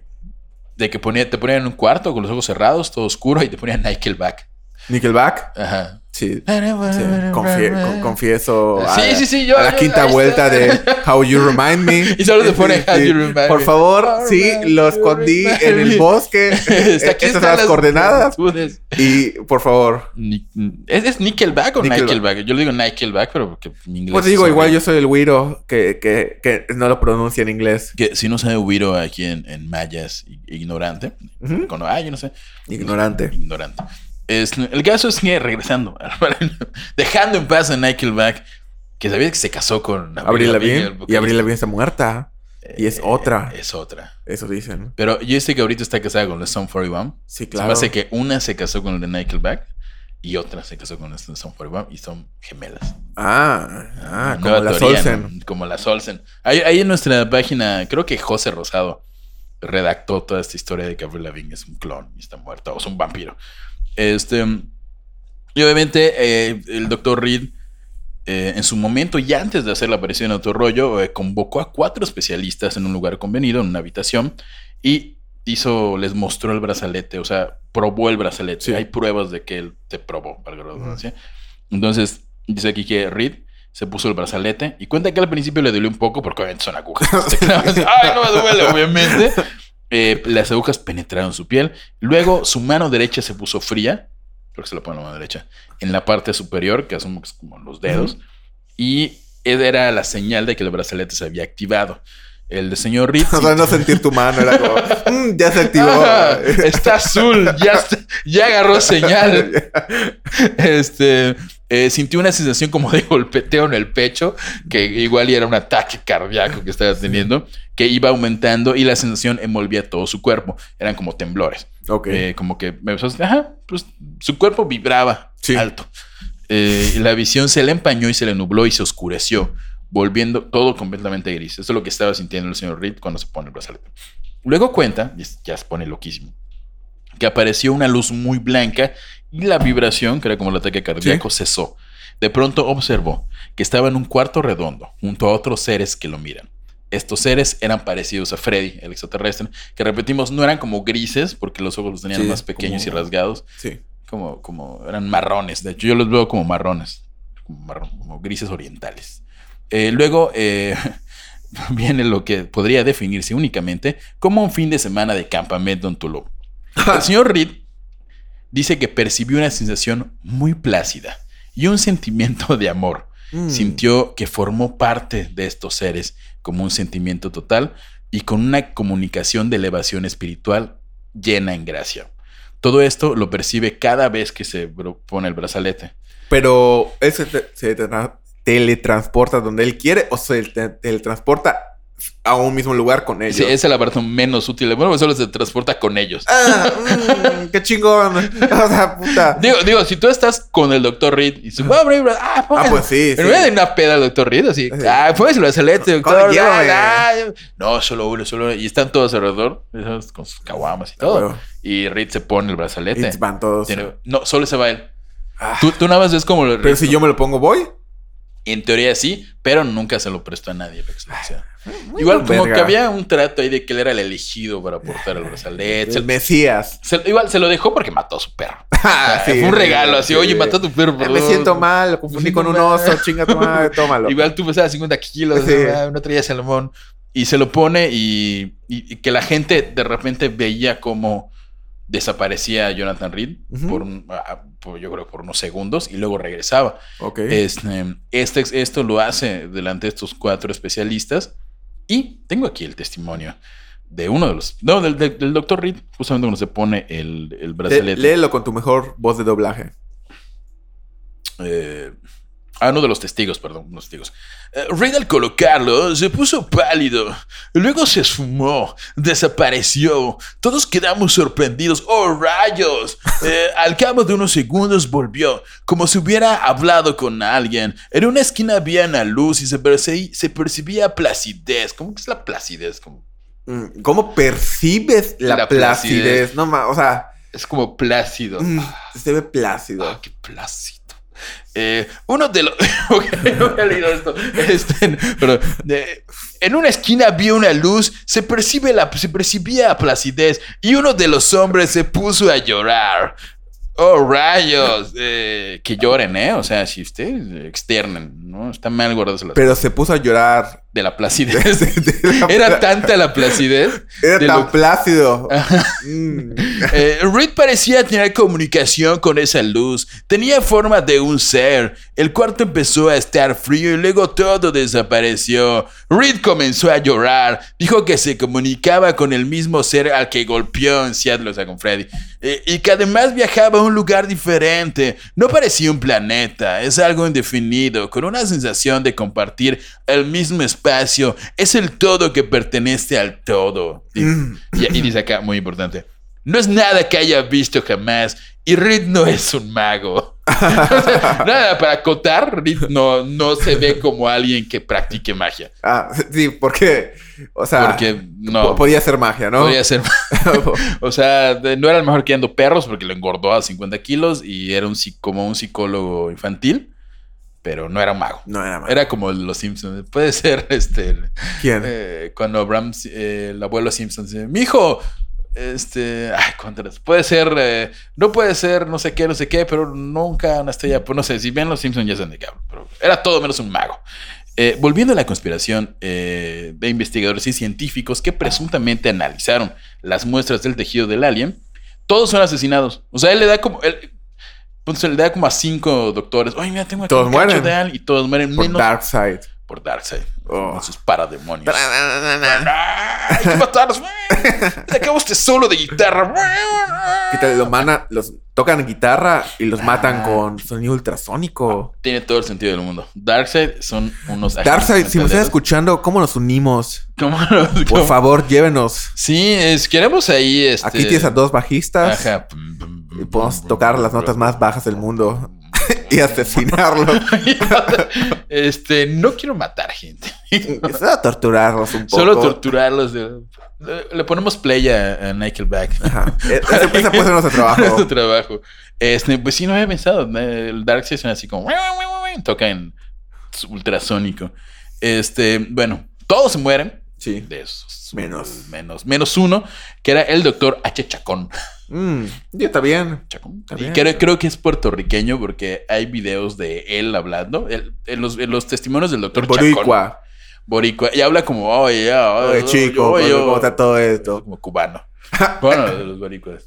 [SPEAKER 2] De que ponía, te ponían en un cuarto con los ojos cerrados, todo oscuro, y te ponían Nickelback.
[SPEAKER 1] Nickelback,
[SPEAKER 2] Ajá.
[SPEAKER 1] sí. sí. Confie- con- confieso a,
[SPEAKER 2] Sí, sí, sí, yo-
[SPEAKER 1] a la
[SPEAKER 2] yo-
[SPEAKER 1] quinta
[SPEAKER 2] ahí
[SPEAKER 1] vuelta
[SPEAKER 2] está.
[SPEAKER 1] de How You Remind Me.
[SPEAKER 2] Y solo te pone How You Remind
[SPEAKER 1] Por
[SPEAKER 2] Me.
[SPEAKER 1] favor,
[SPEAKER 2] How
[SPEAKER 1] sí,
[SPEAKER 2] Remind
[SPEAKER 1] lo
[SPEAKER 2] You
[SPEAKER 1] escondí
[SPEAKER 2] Remind
[SPEAKER 1] en el
[SPEAKER 2] Me.
[SPEAKER 1] bosque.
[SPEAKER 2] Este,
[SPEAKER 1] Estas son las coordenadas.
[SPEAKER 2] latitudes.
[SPEAKER 1] Y por favor.
[SPEAKER 2] Ni- ¿Es, es Nickelback o
[SPEAKER 1] Nickelback.
[SPEAKER 2] Nickelback? Yo le digo Nickelback, pero porque mi inglés.
[SPEAKER 1] Pues
[SPEAKER 2] es
[SPEAKER 1] digo, igual
[SPEAKER 2] horrible.
[SPEAKER 1] yo soy el Wiro que, que, que no lo pronuncia en inglés.
[SPEAKER 2] Que si no sabe Wiro aquí en, en mayas, i- ignorante.
[SPEAKER 1] Ujú.
[SPEAKER 2] Cuando, ah, yo no sé.
[SPEAKER 1] Ignorante.
[SPEAKER 2] Ignorante. Es- el caso es que regresando, dejando en paz a Nickelback, que sabía que se casó con
[SPEAKER 1] Abril
[SPEAKER 2] Lavigne,
[SPEAKER 1] bien
[SPEAKER 2] el
[SPEAKER 1] Y Abril bien está muerta.
[SPEAKER 2] vocalista.
[SPEAKER 1] y es
[SPEAKER 2] Eh,
[SPEAKER 1] otra.
[SPEAKER 2] Es otra.
[SPEAKER 1] Eso dicen.
[SPEAKER 2] Pero yo sé que ahorita está casada con la Stone 41.
[SPEAKER 1] Sí,
[SPEAKER 2] Se me
[SPEAKER 1] claro.
[SPEAKER 2] hace que una se casó con el de Nickelback y otra se casó con el de Stone 41 y son gemelas.
[SPEAKER 1] Ah,
[SPEAKER 2] Una
[SPEAKER 1] ah, como
[SPEAKER 2] nueva
[SPEAKER 1] la
[SPEAKER 2] teoría,
[SPEAKER 1] Solsen.
[SPEAKER 2] ¿no? Como las Olsen. Ahí, ahí en nuestra página, creo que José Rosado redactó toda esta historia de que Avril Lavigne es un clon y está muerta o es un vampiro. Este, y obviamente eh, el doctor Reed, eh, en su momento y antes de hacer la aparición en otro rollo, eh, convocó a cuatro especialistas en un lugar convenido, en una habitación, y hizo, les mostró el brazalete, o sea, probó el brazalete.
[SPEAKER 1] Sí.
[SPEAKER 2] Hay pruebas de que él te probó, valga la redundancia. Entonces, dice aquí que Reed se puso el brazalete y cuenta que al principio le dolió un poco porque obviamente son agujas. Te clavas, Ay, no me duele, obviamente. Eh, las agujas penetraron su piel. Luego su mano derecha se puso fría. Creo que se la pone en la mano derecha. En la parte superior, que asumo que es como los dedos. Y era la señal de que el brazalete se había activado. El de señor Reed.
[SPEAKER 1] O sea, no sentir tu mano, era como, "Mm, ya se activó.
[SPEAKER 2] Ah, está azul, ya, está- ya agarró señal. Este eh, sintió una sensación como de golpeteo en el pecho, que igual y era un ataque cardíaco que estaba teniendo, que iba aumentando y la sensación envolvía todo su cuerpo. Eran como temblores.
[SPEAKER 1] ok.
[SPEAKER 2] Eh, como que me empezó a- ajá, pues su cuerpo vibraba
[SPEAKER 1] Sí.
[SPEAKER 2] alto. Eh, y la visión se le empañó y se le nubló y se oscureció, volviendo todo completamente gris. Eso es lo que estaba sintiendo el señor Reed cuando se pone el brazalete. Luego cuenta, y es- ya se pone loquísimo, que apareció una luz muy blanca y la vibración, que era como el ataque cardíaco, cesó. De pronto observó que estaba en un cuarto redondo junto a otros seres que lo miran. Estos seres eran parecidos a Freddy, el extraterrestre, que repetimos, no eran como grises, porque los ojos los tenían
[SPEAKER 1] Sí,
[SPEAKER 2] más pequeños
[SPEAKER 1] como-
[SPEAKER 2] y rasgados,
[SPEAKER 1] Sí.
[SPEAKER 2] como, como eran marrones. De hecho, yo los veo como marrones, como, marrón, como grises orientales. Eh, luego eh, viene lo que podría definirse únicamente como un fin de semana de campamento en Tulum. El señor Reed dice que percibió una sensación muy plácida y un sentimiento de amor.
[SPEAKER 1] Mm.
[SPEAKER 2] Sintió que formó parte de estos seres como un sentimiento total y con una comunicación de elevación espiritual llena en gracia. Todo esto lo percibe cada vez que se bro- pone el brazalete.
[SPEAKER 1] Mm. Pero ese te- se tra- teletransporta donde él quiere o se te- teletransporta a un mismo lugar con ellos.
[SPEAKER 2] Ese esa es el aparato menos útil. Bueno, solo se transporta con ellos.
[SPEAKER 1] Ah, mm, qué chingón. o sea, puta.
[SPEAKER 2] Digo, digo, si tú estás con el doctor Reed y su ah, bro, bro, ah,
[SPEAKER 1] Ah, pues sí.
[SPEAKER 2] Pero
[SPEAKER 1] sí.
[SPEAKER 2] me de una peda al doctor Reed, así.
[SPEAKER 1] Sí.
[SPEAKER 2] Ah, pues lo hace el este, doctor.
[SPEAKER 1] ya,
[SPEAKER 2] no,
[SPEAKER 1] güey.
[SPEAKER 2] ya". No, solo uno, solo uno. Y están todos alrededor, esos con sus caguamas y todo.
[SPEAKER 1] Ah, bueno.
[SPEAKER 2] Y Reed se pone el brazalete.
[SPEAKER 1] Y van todos.
[SPEAKER 2] este, Tiene- no, solo se va él.
[SPEAKER 1] Ah.
[SPEAKER 2] Tú, tú nada más ves como lo
[SPEAKER 1] Pero si yo me lo pongo, voy.
[SPEAKER 2] En teoría sí, pero nunca se lo prestó a nadie. para que se lo hiciera. Igual como
[SPEAKER 1] verga. Ah,
[SPEAKER 2] que había un trato ahí de que él era el elegido para portar el brazalete. Eh, Se-
[SPEAKER 1] El Eh, Mesías.
[SPEAKER 2] se- igual se lo dejó porque mató a su perro.
[SPEAKER 1] Ah, sí,
[SPEAKER 2] Fue un
[SPEAKER 1] sí,
[SPEAKER 2] regalo, así,
[SPEAKER 1] sí.
[SPEAKER 2] oye, mató a tu perro.
[SPEAKER 1] Eh, Me
[SPEAKER 2] perdón".
[SPEAKER 1] siento mal, lo confundí con un oso, chinga tu madre, tómalo.
[SPEAKER 2] Igual tú pesabas 50 kilos,
[SPEAKER 1] Sí.
[SPEAKER 2] ah, una traía salmón. Y se lo pone y, y- y que la gente de repente veía como desaparecía Jonathan Reed
[SPEAKER 1] Ujú.
[SPEAKER 2] por, un- ah, por- yo creo por unos segundos y luego regresaba.
[SPEAKER 1] Ok.
[SPEAKER 2] Este, este- esto lo hace delante de estos cuatro especialistas y tengo aquí el testimonio de uno de los... No, del, del- del doctor Reed, justamente cuando se pone el, el
[SPEAKER 1] Lé-
[SPEAKER 2] brazalete.
[SPEAKER 1] léelo con tu mejor voz de doblaje.
[SPEAKER 2] Eh, ah, no, de los testigos, perdón, unos testigos. Eh, Reed al colocarlo se puso pálido, luego se esfumó, desapareció. Todos quedamos sorprendidos. ¡Oh, rayos! Eh, al cabo de unos segundos volvió, como si hubiera hablado con alguien. En una esquina había una luz y se, perci- se percibía placidez. ¿Cómo que es la placidez? Como-
[SPEAKER 1] Mm, ¿Cómo percibes la,
[SPEAKER 2] La
[SPEAKER 1] placidez?
[SPEAKER 2] placidez.
[SPEAKER 1] No ma- o sea,
[SPEAKER 2] es como plácido.
[SPEAKER 1] mm, se ve plácido.
[SPEAKER 2] Ah, qué plácido. Eh, uno de los. ok, no había leído esto. Este, pero, eh, en una esquina vi una luz, se, percibe la, se percibía placidez y uno de los hombres se puso a llorar. Oh, rayos. Eh, que lloren, ¿eh? O sea, si ustedes externen, ¿no? Está mal guardarse las-
[SPEAKER 1] Pero se puso a llorar.
[SPEAKER 2] de la placidez.
[SPEAKER 1] De la-
[SPEAKER 2] Era tanta la placidez
[SPEAKER 1] era
[SPEAKER 2] de
[SPEAKER 1] tan
[SPEAKER 2] lo- Ah.
[SPEAKER 1] plácido. Mm.
[SPEAKER 2] Eh, Reed parecía tener comunicación con esa luz. Tenía forma de un ser. El cuarto empezó a estar frío y luego todo desapareció. Reed comenzó a llorar. Dijo que se comunicaba con el mismo ser al que golpeó en Seattle, o sea, con Freddy. Eh, y que además viajaba a un lugar diferente. No parecía un planeta. Es algo indefinido, con una sensación de compartir el mismo espacio. Es el todo que pertenece al todo. Y-
[SPEAKER 1] Mm.
[SPEAKER 2] y, y dice acá, muy importante. No es nada que haya visto jamás. Y Reed no es un mago. O sea, nada, para acotar, Reed no, no se ve como alguien que practique magia.
[SPEAKER 1] Ah, sí, porque, o sea,
[SPEAKER 2] Porque no
[SPEAKER 1] Ah, po- podía ser magia, ¿no?
[SPEAKER 2] podía ser. O sea, de- no era el mejor criando perros porque lo engordó a 50 kilos y era un, psi- como un psicólogo infantil, pero no era un mago.
[SPEAKER 1] no era magia.
[SPEAKER 2] Era como los Simpsons. Puede ser este. el-
[SPEAKER 1] ¿Quién?
[SPEAKER 2] eh, cuando Abraham, eh, el abuelo Simpson dice, mi hijo, este, ay, contras, puede ser, eh, no puede ser, no sé qué, no sé qué, pero nunca una estrella, pues no sé, si ven los Simpson ya saben de qué hablo, pero era todo menos un mago. Eh, volviendo a la conspiración eh, de investigadores y científicos que presuntamente analizaron las muestras del tejido del alien, todos son asesinados. O sea, él le da como... él- pues, se le da como a cinco doctores. Oye, mira, tengo aquí
[SPEAKER 1] Todos
[SPEAKER 2] un cacho
[SPEAKER 1] mueren.
[SPEAKER 2] de alien", Y todos mueren.
[SPEAKER 1] Por
[SPEAKER 2] menos
[SPEAKER 1] Darkseid.
[SPEAKER 2] por Darkseid.
[SPEAKER 1] Oh.
[SPEAKER 2] Con sus parademonios. ¡Hay que matarlos! Sacamos este solo de guitarra.
[SPEAKER 1] Quítale, lo mana- los tocan guitarra y los
[SPEAKER 2] Ah.
[SPEAKER 1] matan con sonido ultrasónico.
[SPEAKER 2] Tiene todo el sentido del mundo. Darkseid son unos
[SPEAKER 1] Darkseid,
[SPEAKER 2] agentes
[SPEAKER 1] si me estás
[SPEAKER 2] mentales.
[SPEAKER 1] escuchando, ¿cómo nos unimos?
[SPEAKER 2] ¿Cómo los-
[SPEAKER 1] Por
[SPEAKER 2] cómo-
[SPEAKER 1] favor, llévenos.
[SPEAKER 2] Sí, es- queremos ahí este...
[SPEAKER 1] Aquí tienes a dos bajistas
[SPEAKER 2] Ajá.
[SPEAKER 1] y podemos tocar las notas más bajas del mundo. y asesinarlos.
[SPEAKER 2] este, no quiero matar gente.
[SPEAKER 1] Es a torturarlos un poco.
[SPEAKER 2] Solo torturarlos. de- le, le ponemos play a, a Nickelback.
[SPEAKER 1] Ajá. E- Esa empresa puede ser nuestro
[SPEAKER 2] Nuestro
[SPEAKER 1] trabajo.
[SPEAKER 2] trabajo. Este, pues sí, no había pensado. El Dark Session así como... Toca en ultrasónico. Este, bueno, todos se mueren.
[SPEAKER 1] Sí.
[SPEAKER 2] De esos.
[SPEAKER 1] Menos.
[SPEAKER 2] Menos, menos uno, que era el doctor H. Chacón.
[SPEAKER 1] Mm, y está bien.
[SPEAKER 2] Chacón.
[SPEAKER 1] Está
[SPEAKER 2] Y
[SPEAKER 1] bien.
[SPEAKER 2] creo, creo que es puertorriqueño porque hay videos de él hablando. Él- en, los, en los testimonios del doctor Chacón.
[SPEAKER 1] Boricua.
[SPEAKER 2] Boricua. Y habla como, oye, ya,
[SPEAKER 1] Oye,
[SPEAKER 2] oh,
[SPEAKER 1] chico,
[SPEAKER 2] yo, yo".
[SPEAKER 1] ¿cómo está todo esto?
[SPEAKER 2] Como cubano. Bueno, de los boricuas.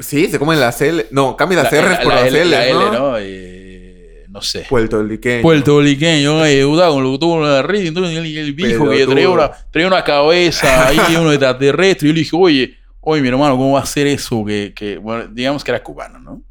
[SPEAKER 1] Sí, se comen las L. No, cambia las R por
[SPEAKER 2] la
[SPEAKER 1] las
[SPEAKER 2] L,
[SPEAKER 1] L,
[SPEAKER 2] la L,
[SPEAKER 1] ¿no?
[SPEAKER 2] ¿no? Eh, no sé.
[SPEAKER 1] Puertorriqueño.
[SPEAKER 2] Puertorriqueño, eh, Udá, con lo que tuvo la red, entonces el, el viejo que
[SPEAKER 1] Pelotudo.
[SPEAKER 2] traía una, traía una cabeza ahí, uno extraterrestre. Yo le dije, oye, oye, mi hermano, ¿cómo va a ser eso? Que, que, bueno, digamos que era cubano, ¿no?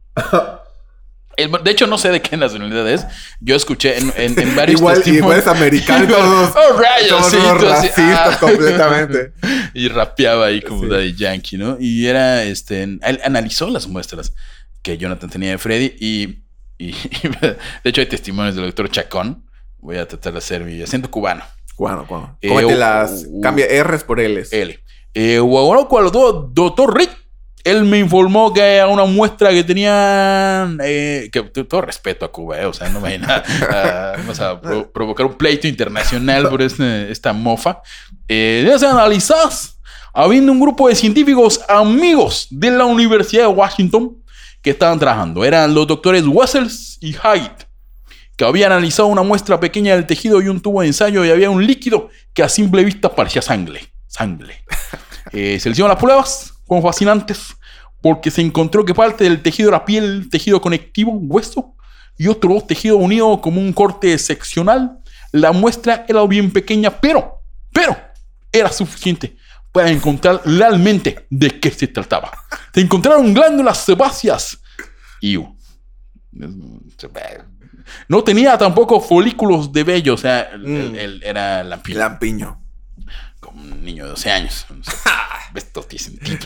[SPEAKER 2] El- de hecho, no sé de qué nacionalidad es. Yo escuché en, en- en varios
[SPEAKER 1] Igual,
[SPEAKER 2] testimonios-
[SPEAKER 1] igual es americano y todos.
[SPEAKER 2] ¡Oh, rayos!
[SPEAKER 1] Somos
[SPEAKER 2] Sí,
[SPEAKER 1] unos
[SPEAKER 2] tú así,
[SPEAKER 1] racistas
[SPEAKER 2] ah.
[SPEAKER 1] completamente.
[SPEAKER 2] Y rapeaba ahí como
[SPEAKER 1] Sí.
[SPEAKER 2] Daddy Yankee, ¿no? Y era, este, él analizó las muestras que Jonathan tenía de Freddy y, y- de hecho hay testimonios del doctor Chacón. Voy a tratar de hacer mi acento cubano.
[SPEAKER 1] Bueno, bueno.
[SPEAKER 2] Eh,
[SPEAKER 1] Cómete
[SPEAKER 2] u-
[SPEAKER 1] las.
[SPEAKER 2] u-
[SPEAKER 1] Cambia R's por L's.
[SPEAKER 2] L. Eh, Guaguanó, cual do- doctor Rick. Él me informó que era una muestra que tenían. eh, que t- todo respeto a Cuba, eh, o sea, no me nada. ah, vamos a pro- provocar un pleito internacional por este- esta mofa. Eh, ya se analizás, habiendo un grupo de científicos amigos de la Universidad de Washington que estaban trabajando. Eran los doctores Wessels y Hyde que había analizado una muestra pequeña del tejido y un tubo de ensayo y había un líquido que a simple vista parecía sangre. Sangre. Eh, se le hicieron las pruebas como fascinantes porque se encontró que parte del tejido era piel, tejido conectivo, hueso y otro tejido unido como un corte seccional. La muestra era bien pequeña, pero, pero era suficiente para encontrar realmente de qué se trataba. Se encontraron glándulas sebáceas. Iu. No tenía tampoco folículos de vello, o sea, él,
[SPEAKER 1] Mm.
[SPEAKER 2] él era lampiño
[SPEAKER 1] Lampiño.
[SPEAKER 2] como un niño de 12 años. No sé, Esto tiene sentido.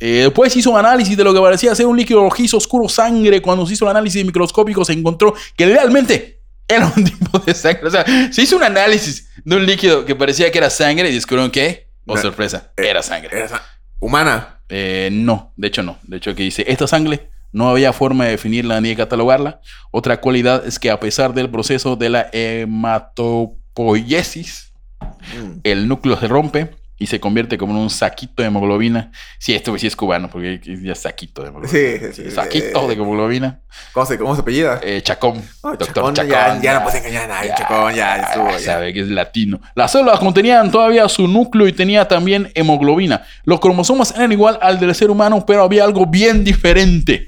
[SPEAKER 2] Eh, después hizo un análisis de lo que parecía ser un líquido rojizo oscuro sangre. Cuando se hizo el análisis microscópico se encontró que realmente era un tipo de sangre. O sea, se hizo un análisis de un líquido que parecía que era sangre y descubrieron que, oh
[SPEAKER 1] No.
[SPEAKER 2] sorpresa, era sangre.
[SPEAKER 1] Era esa- Humana.
[SPEAKER 2] Eh, no, de hecho no. De hecho que dice, esta sangre no había forma de definirla ni de catalogarla. Otra cualidad es que a pesar del proceso de la hematopoiesis,
[SPEAKER 1] Mm.
[SPEAKER 2] el núcleo se rompe y se convierte como en un saquito de hemoglobina. Sí, esto sí es cubano, porque es ya saquito de hemoglobina.
[SPEAKER 1] Sí, sí, sí.
[SPEAKER 2] Saquito de hemoglobina.
[SPEAKER 1] ¿Cómo se, cómo se apellida?
[SPEAKER 2] Eh, Chacón.
[SPEAKER 1] Oh,
[SPEAKER 2] doctor
[SPEAKER 1] Chacón,
[SPEAKER 2] Chacón.
[SPEAKER 1] ya, ya no puedes engañar a nadie,
[SPEAKER 2] ya,
[SPEAKER 1] Chacón, ya, ya estuvo,
[SPEAKER 2] ya
[SPEAKER 1] ya.
[SPEAKER 2] Ah, Sabe que es latino. Las células contenían todavía su núcleo y tenía también hemoglobina. Los cromosomas eran igual al del ser humano, pero había algo bien diferente.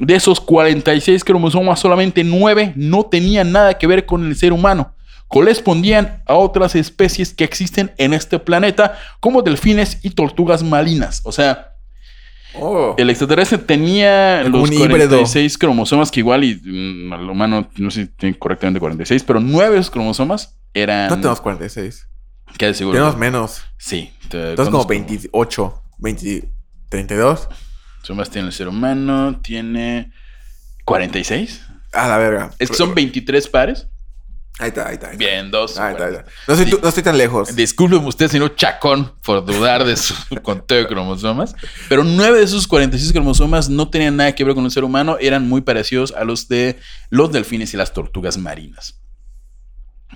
[SPEAKER 2] De esos 46 cromosomas, solamente 9 no tenían nada que ver con el ser humano. Correspondían a otras especies que existen en este planeta, como delfines y tortugas marinas. O sea,
[SPEAKER 1] Oh.
[SPEAKER 2] el extraterrestre tenía
[SPEAKER 1] Como
[SPEAKER 2] los
[SPEAKER 1] un híbrido.
[SPEAKER 2] 46 cromosomas que igual y mm, el humano no sé si tiene correctamente 46, pero nueve de esos cromosomas eran
[SPEAKER 1] No tenemos 46.
[SPEAKER 2] que de seguro.
[SPEAKER 1] Tenemos menos.
[SPEAKER 2] Sí.
[SPEAKER 1] Entonces como 28, 20, 32.
[SPEAKER 2] Sumas tiene el ser humano, tiene 46.
[SPEAKER 1] A la verga.
[SPEAKER 2] Es que son 23 pares.
[SPEAKER 1] Ahí está, ahí está. Ahí está.
[SPEAKER 2] Bien, dos.
[SPEAKER 1] Ahí Ah, está, ahí
[SPEAKER 2] bueno.
[SPEAKER 1] está. No, estoy,
[SPEAKER 2] Di-
[SPEAKER 1] no estoy tan lejos.
[SPEAKER 2] Discúlpeme usted, señor Chacón, por dudar de su conteo de cromosomas, pero nueve de esos 46 cromosomas no tenían nada que ver con el ser humano, eran muy parecidos a los de los delfines y las tortugas marinas.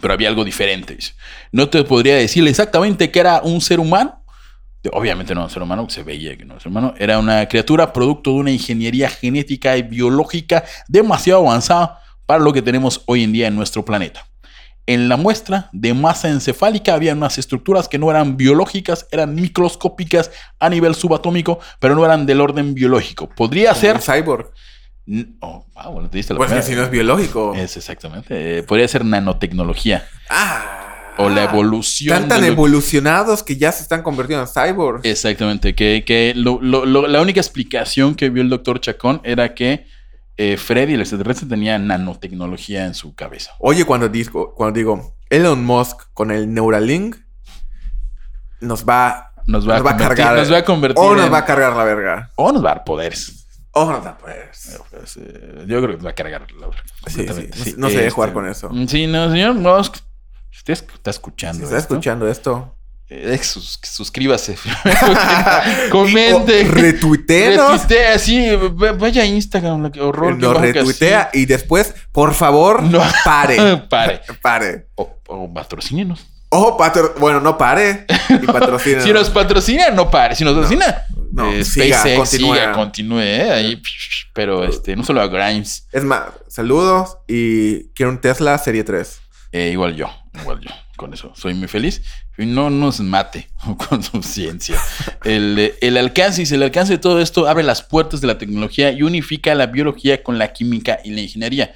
[SPEAKER 2] Pero había algo diferente. dice. No te podría decir exactamente que era un ser humano. Obviamente no era un ser humano, se veía que no era un ser humano. Era una criatura producto de una ingeniería genética y biológica demasiado avanzada para lo que tenemos hoy en día en nuestro planeta. En la muestra de masa encefálica había unas estructuras que no eran biológicas, eran microscópicas a nivel subatómico, pero no eran del orden biológico. Podría
[SPEAKER 1] Como
[SPEAKER 2] ser...
[SPEAKER 1] un cyborg.
[SPEAKER 2] N- Oh, wow, bueno, te diste la
[SPEAKER 1] Pues que
[SPEAKER 2] primera.
[SPEAKER 1] si no es biológico.
[SPEAKER 2] Es exactamente. eh, podría ser nanotecnología
[SPEAKER 1] Ah.
[SPEAKER 2] o la evolución.
[SPEAKER 1] Están tan
[SPEAKER 2] de lo-
[SPEAKER 1] evolucionados que ya se están convirtiendo en cyborgs.
[SPEAKER 2] Exactamente. Que, que lo- lo- lo- la única explicación que vio el doctor Chacón era que eh, Freddy, el extraterrestre, tenía nanotecnología en su cabeza.
[SPEAKER 1] Oye, cuando digo, cuando digo Elon Musk con el Neuralink nos va,
[SPEAKER 2] Nos va,
[SPEAKER 1] Nos va
[SPEAKER 2] a,
[SPEAKER 1] a
[SPEAKER 2] convertir,
[SPEAKER 1] cargar.
[SPEAKER 2] Nos va a convertir.
[SPEAKER 1] o nos
[SPEAKER 2] en-
[SPEAKER 1] va a cargar la verga.
[SPEAKER 2] o nos va a dar poderes.
[SPEAKER 1] Oh, no, pues.
[SPEAKER 2] Pues, eh, yo creo que va a cargar la otra.
[SPEAKER 1] Sí, sí.
[SPEAKER 2] completamente.
[SPEAKER 1] No,
[SPEAKER 2] Sí,
[SPEAKER 1] no se debe
[SPEAKER 2] este,
[SPEAKER 1] jugar con eso.
[SPEAKER 2] Sí, no, señor Musk. Si usted esc- está escuchando.
[SPEAKER 1] Si está
[SPEAKER 2] esto,
[SPEAKER 1] escuchando esto.
[SPEAKER 2] eh, sus- suscríbase. Comente.
[SPEAKER 1] Y- o Retuitenos.
[SPEAKER 2] Retuitea, sí. v- Vaya a Instagram. la que- Horror. guión
[SPEAKER 1] Nos
[SPEAKER 2] bajo que
[SPEAKER 1] Eh, retuitea y después, por favor,
[SPEAKER 2] No.
[SPEAKER 1] pare.
[SPEAKER 2] así. Pare.
[SPEAKER 1] Pare.
[SPEAKER 2] O, o patrocínenos.
[SPEAKER 1] Ojo, patro... bueno, no pare. Y patrocina.
[SPEAKER 2] Si nos patrocina, no pare. Si nos patrocina,
[SPEAKER 1] no,
[SPEAKER 2] eh,
[SPEAKER 1] siga,
[SPEAKER 2] SpaceX,
[SPEAKER 1] continúa.
[SPEAKER 2] siga, continúe. eh, ahí, pero este, no solo a Grimes.
[SPEAKER 1] Es más, saludos y quiero un Tesla Serie 3.
[SPEAKER 2] Eh, igual yo, igual yo. Con eso soy muy feliz. Y no nos mate con su ciencia. El, eh, el alcance, dice, el alcance de todo esto abre las puertas de la tecnología y unifica la biología con la química y la ingeniería.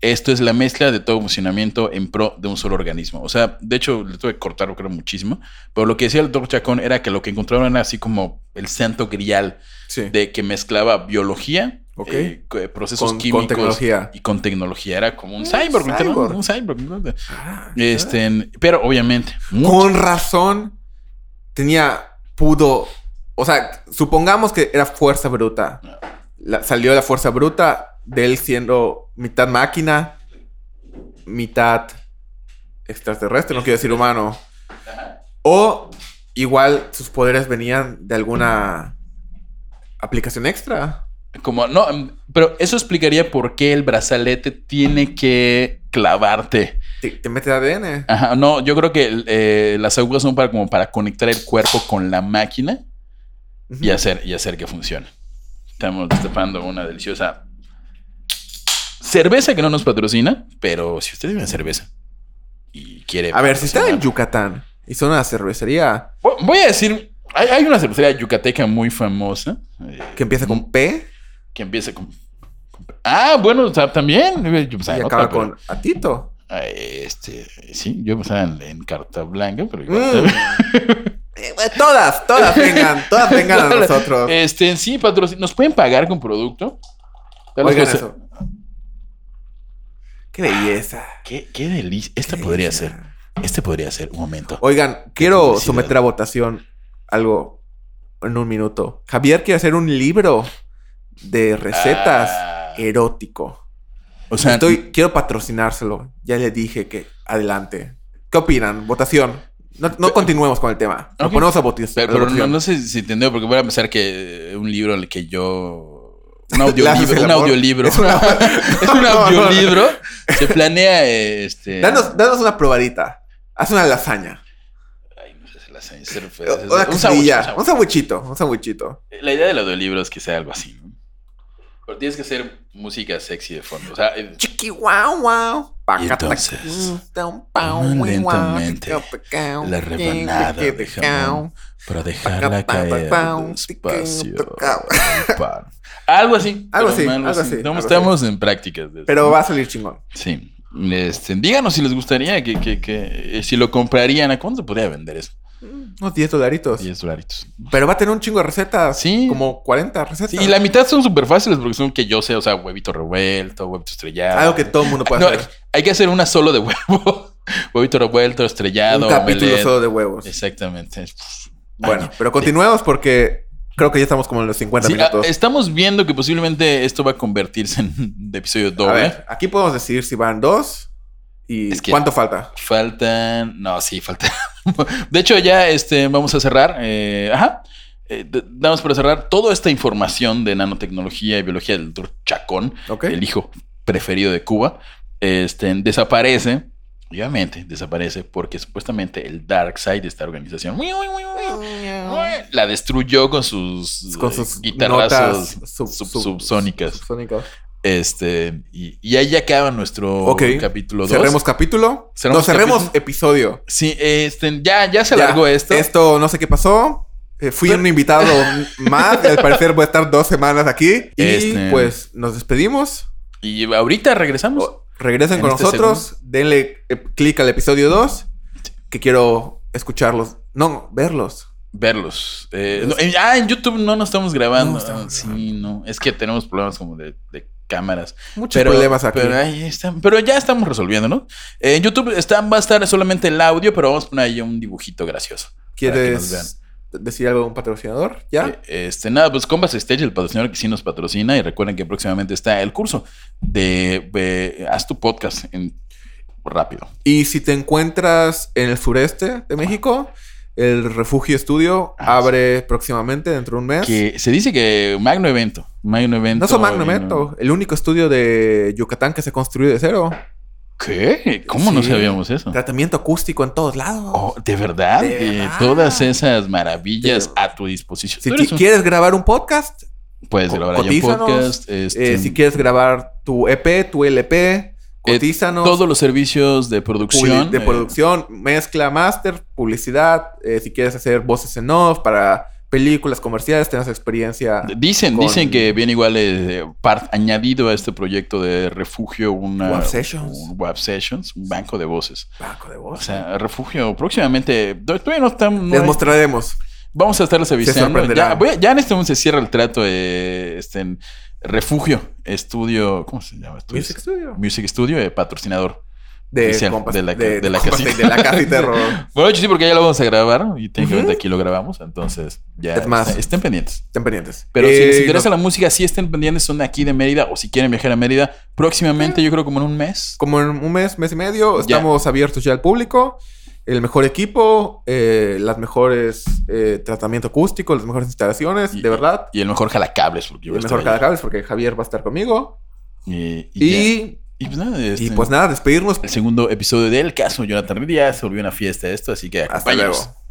[SPEAKER 2] Esto es la mezcla de todo funcionamiento en pro de un solo organismo. O sea, de hecho, le tuve que cortarlo, creo, muchísimo. Pero lo que decía el doctor Chacón era que lo que encontraron era así como el santo grial
[SPEAKER 1] Sí.
[SPEAKER 2] de que mezclaba biología,
[SPEAKER 1] Ok.
[SPEAKER 2] eh, co- eh, procesos
[SPEAKER 1] Con- con
[SPEAKER 2] químicos
[SPEAKER 1] tecnología.
[SPEAKER 2] y con tecnología. Era como un cyborg, literal,
[SPEAKER 1] cyborg.
[SPEAKER 2] un cyborg. ¿no?
[SPEAKER 1] Ah,
[SPEAKER 2] Este, en- pero obviamente, mucho-
[SPEAKER 1] Con razón tenía, pudo, o sea, supongamos que era fuerza bruta. La- salió la fuerza bruta de él siendo mitad máquina, mitad extraterrestre, no quiero decir humano. O igual sus poderes venían de alguna aplicación extra.
[SPEAKER 2] como no, em, pero eso explicaría por qué el brazalete tiene que clavarte.
[SPEAKER 1] Te, te mete ADN.
[SPEAKER 2] Ajá, no, yo creo que el, eh, las agujas son para como para conectar el cuerpo con la máquina y hacer y hacer que funcione. Estamos destapando una deliciosa cerveza que no nos patrocina, pero si usted tiene una cerveza y quiere
[SPEAKER 1] A ver, si está en
[SPEAKER 2] patrocinar-
[SPEAKER 1] Yucatán y son una cervecería
[SPEAKER 2] Voy- voy a decir, hay, hay una cervecería yucateca muy famosa eh,
[SPEAKER 1] que empieza con P
[SPEAKER 2] que empieza con. con- Ah, bueno, o sea, también. eh, Yo
[SPEAKER 1] y
[SPEAKER 2] pensaba en
[SPEAKER 1] acaba
[SPEAKER 2] otra, pero-
[SPEAKER 1] con Atito.
[SPEAKER 2] Ah, Este, sí, yo pensaba en, en Carta Blanca, pero igual.
[SPEAKER 1] Mm. Eh, todas, todas vengan, todas vengan a nosotros.
[SPEAKER 2] Este, en sí, patrocin- ¿Nos pueden pagar con producto? Tal vez
[SPEAKER 1] Oigan
[SPEAKER 2] cosa-
[SPEAKER 1] eso. Qué belleza.
[SPEAKER 2] Qué, qué delicia. Esta
[SPEAKER 1] qué
[SPEAKER 2] Ah, podría
[SPEAKER 1] belleza.
[SPEAKER 2] ser. Este podría ser. Un momento.
[SPEAKER 1] Oigan, quiero
[SPEAKER 2] publicidad.
[SPEAKER 1] someter a votación algo en un minuto. Javier quiere hacer un libro de recetas
[SPEAKER 2] Ah.
[SPEAKER 1] erótico.
[SPEAKER 2] O sea,
[SPEAKER 1] Estoy, quiero patrocinárselo. Ya le dije que adelante. ¿Qué opinan? Votación. No, no continuemos con el tema. Lo
[SPEAKER 2] Ok.
[SPEAKER 1] ponemos a voti-
[SPEAKER 2] pero,
[SPEAKER 1] a
[SPEAKER 2] pero no,
[SPEAKER 1] votación.
[SPEAKER 2] no sé si entendió, porque voy a pensar que eh, un libro en el que yo. Un
[SPEAKER 1] Le haces
[SPEAKER 2] audiolibro.
[SPEAKER 1] el
[SPEAKER 2] un
[SPEAKER 1] amor.
[SPEAKER 2] audiolibro.
[SPEAKER 1] Es una-
[SPEAKER 2] es un
[SPEAKER 1] No, no, no.
[SPEAKER 2] audiolibro. Se planea eh, este.
[SPEAKER 1] Danos, danos una probadita. Haz una lasaña.
[SPEAKER 2] Ay, no sé si la sé, ser feo. Es-
[SPEAKER 1] Una
[SPEAKER 2] un sándwich, un
[SPEAKER 1] quesadilla.
[SPEAKER 2] sándwich.
[SPEAKER 1] Un sandwichito. Un sandwichito.
[SPEAKER 2] La idea del audiolibro es que sea algo así, ¿no? Pero tienes que hacer música sexy de fondo. O sea, eh,
[SPEAKER 1] Chiqui guau guau.
[SPEAKER 2] Y entonces, coman lentamente la rebanada de jamón para dejarla caer despacio. al pan. Algo así. pero
[SPEAKER 1] Algo así,
[SPEAKER 2] algo
[SPEAKER 1] algo así,
[SPEAKER 2] Estamos-
[SPEAKER 1] algo así.
[SPEAKER 2] Estamos en prácticas. de eso,
[SPEAKER 1] Pero
[SPEAKER 2] ¿no?
[SPEAKER 1] va a salir chingón.
[SPEAKER 2] Sí. Este, díganos si les gustaría que, que, que- eh, si lo comprarían, ¿a cuánto se podría vender eso?
[SPEAKER 1] Unos 10 dolaritos.
[SPEAKER 2] 10 dolaritos.
[SPEAKER 1] Pero va a tener un chingo de recetas.
[SPEAKER 2] Sí.
[SPEAKER 1] Como 40 recetas.
[SPEAKER 2] Sí, y la mitad son súper fáciles porque son que yo sé, o sea, huevito revuelto, huevito estrellado.
[SPEAKER 1] Algo que todo el mundo puede
[SPEAKER 2] No,
[SPEAKER 1] hacer.
[SPEAKER 2] hay que hacer una solo de huevo. Huevito revuelto, estrellado.
[SPEAKER 1] Un capítulo
[SPEAKER 2] omelette.
[SPEAKER 1] solo de huevos.
[SPEAKER 2] Exactamente.
[SPEAKER 1] Bueno,
[SPEAKER 2] Ay,
[SPEAKER 1] pero continuemos porque creo que ya estamos como en los 50
[SPEAKER 2] sí, ah,
[SPEAKER 1] minutos.
[SPEAKER 2] estamos viendo que posiblemente esto va a convertirse en de episodio
[SPEAKER 1] A
[SPEAKER 2] doble.
[SPEAKER 1] ver, aquí podemos decidir si van dos y
[SPEAKER 2] ¿eh? Es que-
[SPEAKER 1] cuánto falta.
[SPEAKER 2] Faltan. No, sí, faltan. De hecho, ya este, vamos a cerrar. eh, ajá. Eh, d- damos para cerrar toda esta información de nanotecnología y biología del doctor Chacón,
[SPEAKER 1] ¿Ok?
[SPEAKER 2] el hijo preferido de Cuba, este, desaparece. Obviamente, desaparece porque supuestamente el Dark Side de esta organización la destruyó con sus,
[SPEAKER 1] Pues Con
[SPEAKER 2] eh,
[SPEAKER 1] sus
[SPEAKER 2] guitarrazos
[SPEAKER 1] notas sub-
[SPEAKER 2] sub-
[SPEAKER 1] sub-
[SPEAKER 2] subsónicas.
[SPEAKER 1] subsónicas.
[SPEAKER 2] Este, y, y ahí acaba nuestro
[SPEAKER 1] Ok.
[SPEAKER 2] capítulo 2.
[SPEAKER 1] Cerremos capítulo.
[SPEAKER 2] Cerramos
[SPEAKER 1] no, cerremos
[SPEAKER 2] capítulo.
[SPEAKER 1] episodio.
[SPEAKER 2] Sí, este, ya, ya se
[SPEAKER 1] Ya,
[SPEAKER 2] largó esto.
[SPEAKER 1] Esto no sé qué pasó. Eh, fui
[SPEAKER 2] Pero-
[SPEAKER 1] un invitado más. y al parecer voy a estar dos semanas aquí. Y
[SPEAKER 2] Este-
[SPEAKER 1] pues nos despedimos.
[SPEAKER 2] Y ahorita regresamos.
[SPEAKER 1] O- Regresen
[SPEAKER 2] En
[SPEAKER 1] con
[SPEAKER 2] este
[SPEAKER 1] nosotros. Denle eh, clic al episodio 2. Que quiero escucharlos. No, verlos.
[SPEAKER 2] Verlos. Eh, no, eh, ah, en YouTube no nos estamos grabando.
[SPEAKER 1] No estamos
[SPEAKER 2] sí, no. Es que tenemos problemas como de, de cámaras.
[SPEAKER 1] Muchos
[SPEAKER 2] Pero,
[SPEAKER 1] problemas aquí.
[SPEAKER 2] pero ahí están. Pero ya estamos resolviendo, ¿no? Eh, en YouTube está, va a estar solamente el audio, pero vamos a poner ahí un dibujito gracioso. para que nos vean.
[SPEAKER 1] ¿Quieres decir algo de un patrocinador? ¿Ya?
[SPEAKER 2] Eh, Este, nada, pues Combas Stage, el patrocinador que sí nos patrocina. Y recuerden que próximamente está el curso de, eh, Haz tu podcast en rápido.
[SPEAKER 1] Y si te encuentras en el sureste de México, el Refugio Estudio
[SPEAKER 2] Ah,
[SPEAKER 1] abre próximamente, dentro de un mes.
[SPEAKER 2] Que se dice que magno evento. Magno evento.
[SPEAKER 1] No es un magno
[SPEAKER 2] y
[SPEAKER 1] evento, el único estudio de Yucatán que se construyó de cero.
[SPEAKER 2] Ah. Eh, ¿Qué? ¿Cómo no
[SPEAKER 1] Sí.
[SPEAKER 2] sabíamos eso?
[SPEAKER 1] Tratamiento acústico en todos lados.
[SPEAKER 2] Oh, ¿De verdad?
[SPEAKER 1] De
[SPEAKER 2] Eh,
[SPEAKER 1] verdad.
[SPEAKER 2] todas esas maravillas
[SPEAKER 1] De-
[SPEAKER 2] a tu disposición.
[SPEAKER 1] si
[SPEAKER 2] Tú
[SPEAKER 1] ti-
[SPEAKER 2] eres un- pues,
[SPEAKER 1] quieres grabar un podcast,
[SPEAKER 2] puedes
[SPEAKER 1] co-
[SPEAKER 2] grabar ya un
[SPEAKER 1] cotízanos,
[SPEAKER 2] podcast. este,
[SPEAKER 1] eh, si quieres grabar tu EP, tu LP, cotízanos.
[SPEAKER 2] todos los servicios de
[SPEAKER 1] publi-
[SPEAKER 2] producción.
[SPEAKER 1] de
[SPEAKER 2] eh,
[SPEAKER 1] producción, mezcla, master, publicidad. eh, si quieres hacer voces en off para películas comerciales, tengas experiencia.
[SPEAKER 2] Dicen,
[SPEAKER 1] con-
[SPEAKER 2] dicen que viene igual eh, part- añadido a este proyecto de refugio una
[SPEAKER 1] Web Sessions.
[SPEAKER 2] un Web Sessions, un banco de voces.
[SPEAKER 1] Banco de
[SPEAKER 2] O
[SPEAKER 1] voz.
[SPEAKER 2] sea, refugio próximamente. to- Todavía no están. no
[SPEAKER 1] Les
[SPEAKER 2] hay-
[SPEAKER 1] mostraremos.
[SPEAKER 2] vamos a estarles avisando.
[SPEAKER 1] sorprenderán.
[SPEAKER 2] Ya, voy a- ya en este momento se cierra el trato. eh, este, en refugio, estudio. ¿Cómo se llama? Estudio-
[SPEAKER 1] Music Studio.
[SPEAKER 2] Music Studio, eh, patrocinador.
[SPEAKER 1] De,
[SPEAKER 2] Oficial,
[SPEAKER 1] compas-
[SPEAKER 2] de la- de la
[SPEAKER 1] compas-
[SPEAKER 2] casita.
[SPEAKER 1] de la casita de terror.
[SPEAKER 2] Bueno, de hecho sí, porque ya lo vamos a grabar y técnicamente
[SPEAKER 1] Ujú.
[SPEAKER 2] aquí lo grabamos. Entonces, ya
[SPEAKER 1] Es más.
[SPEAKER 2] estén, estén pendientes.
[SPEAKER 1] Estén pendientes.
[SPEAKER 2] Pero si
[SPEAKER 1] Eh,
[SPEAKER 2] les
[SPEAKER 1] y
[SPEAKER 2] interesa
[SPEAKER 1] nos-
[SPEAKER 2] la música, sí estén pendientes. Son de aquí de Mérida o si quieren viajar a Mérida, próximamente, yo creo como en un mes.
[SPEAKER 1] Como en un mes, mes y medio,
[SPEAKER 2] Ya.
[SPEAKER 1] estamos abiertos ya al público. El mejor equipo, eh, las mejores eh, tratamiento acústico, las mejores instalaciones,
[SPEAKER 2] Y-
[SPEAKER 1] de verdad.
[SPEAKER 2] Y el mejor jalacables. Porque
[SPEAKER 1] Y
[SPEAKER 2] yo
[SPEAKER 1] el
[SPEAKER 2] voy a estar
[SPEAKER 1] mejor
[SPEAKER 2] allá.
[SPEAKER 1] cada vez porque Javier va a estar conmigo.
[SPEAKER 2] Y, y ya.
[SPEAKER 1] Y,
[SPEAKER 2] Y pues nada,
[SPEAKER 1] y
[SPEAKER 2] este,
[SPEAKER 1] pues nada, despedirnos.
[SPEAKER 2] el segundo episodio del caso Jonathan Ríos se volvió una fiesta esto, así que
[SPEAKER 1] Hasta luego.
[SPEAKER 2] acompáñenos.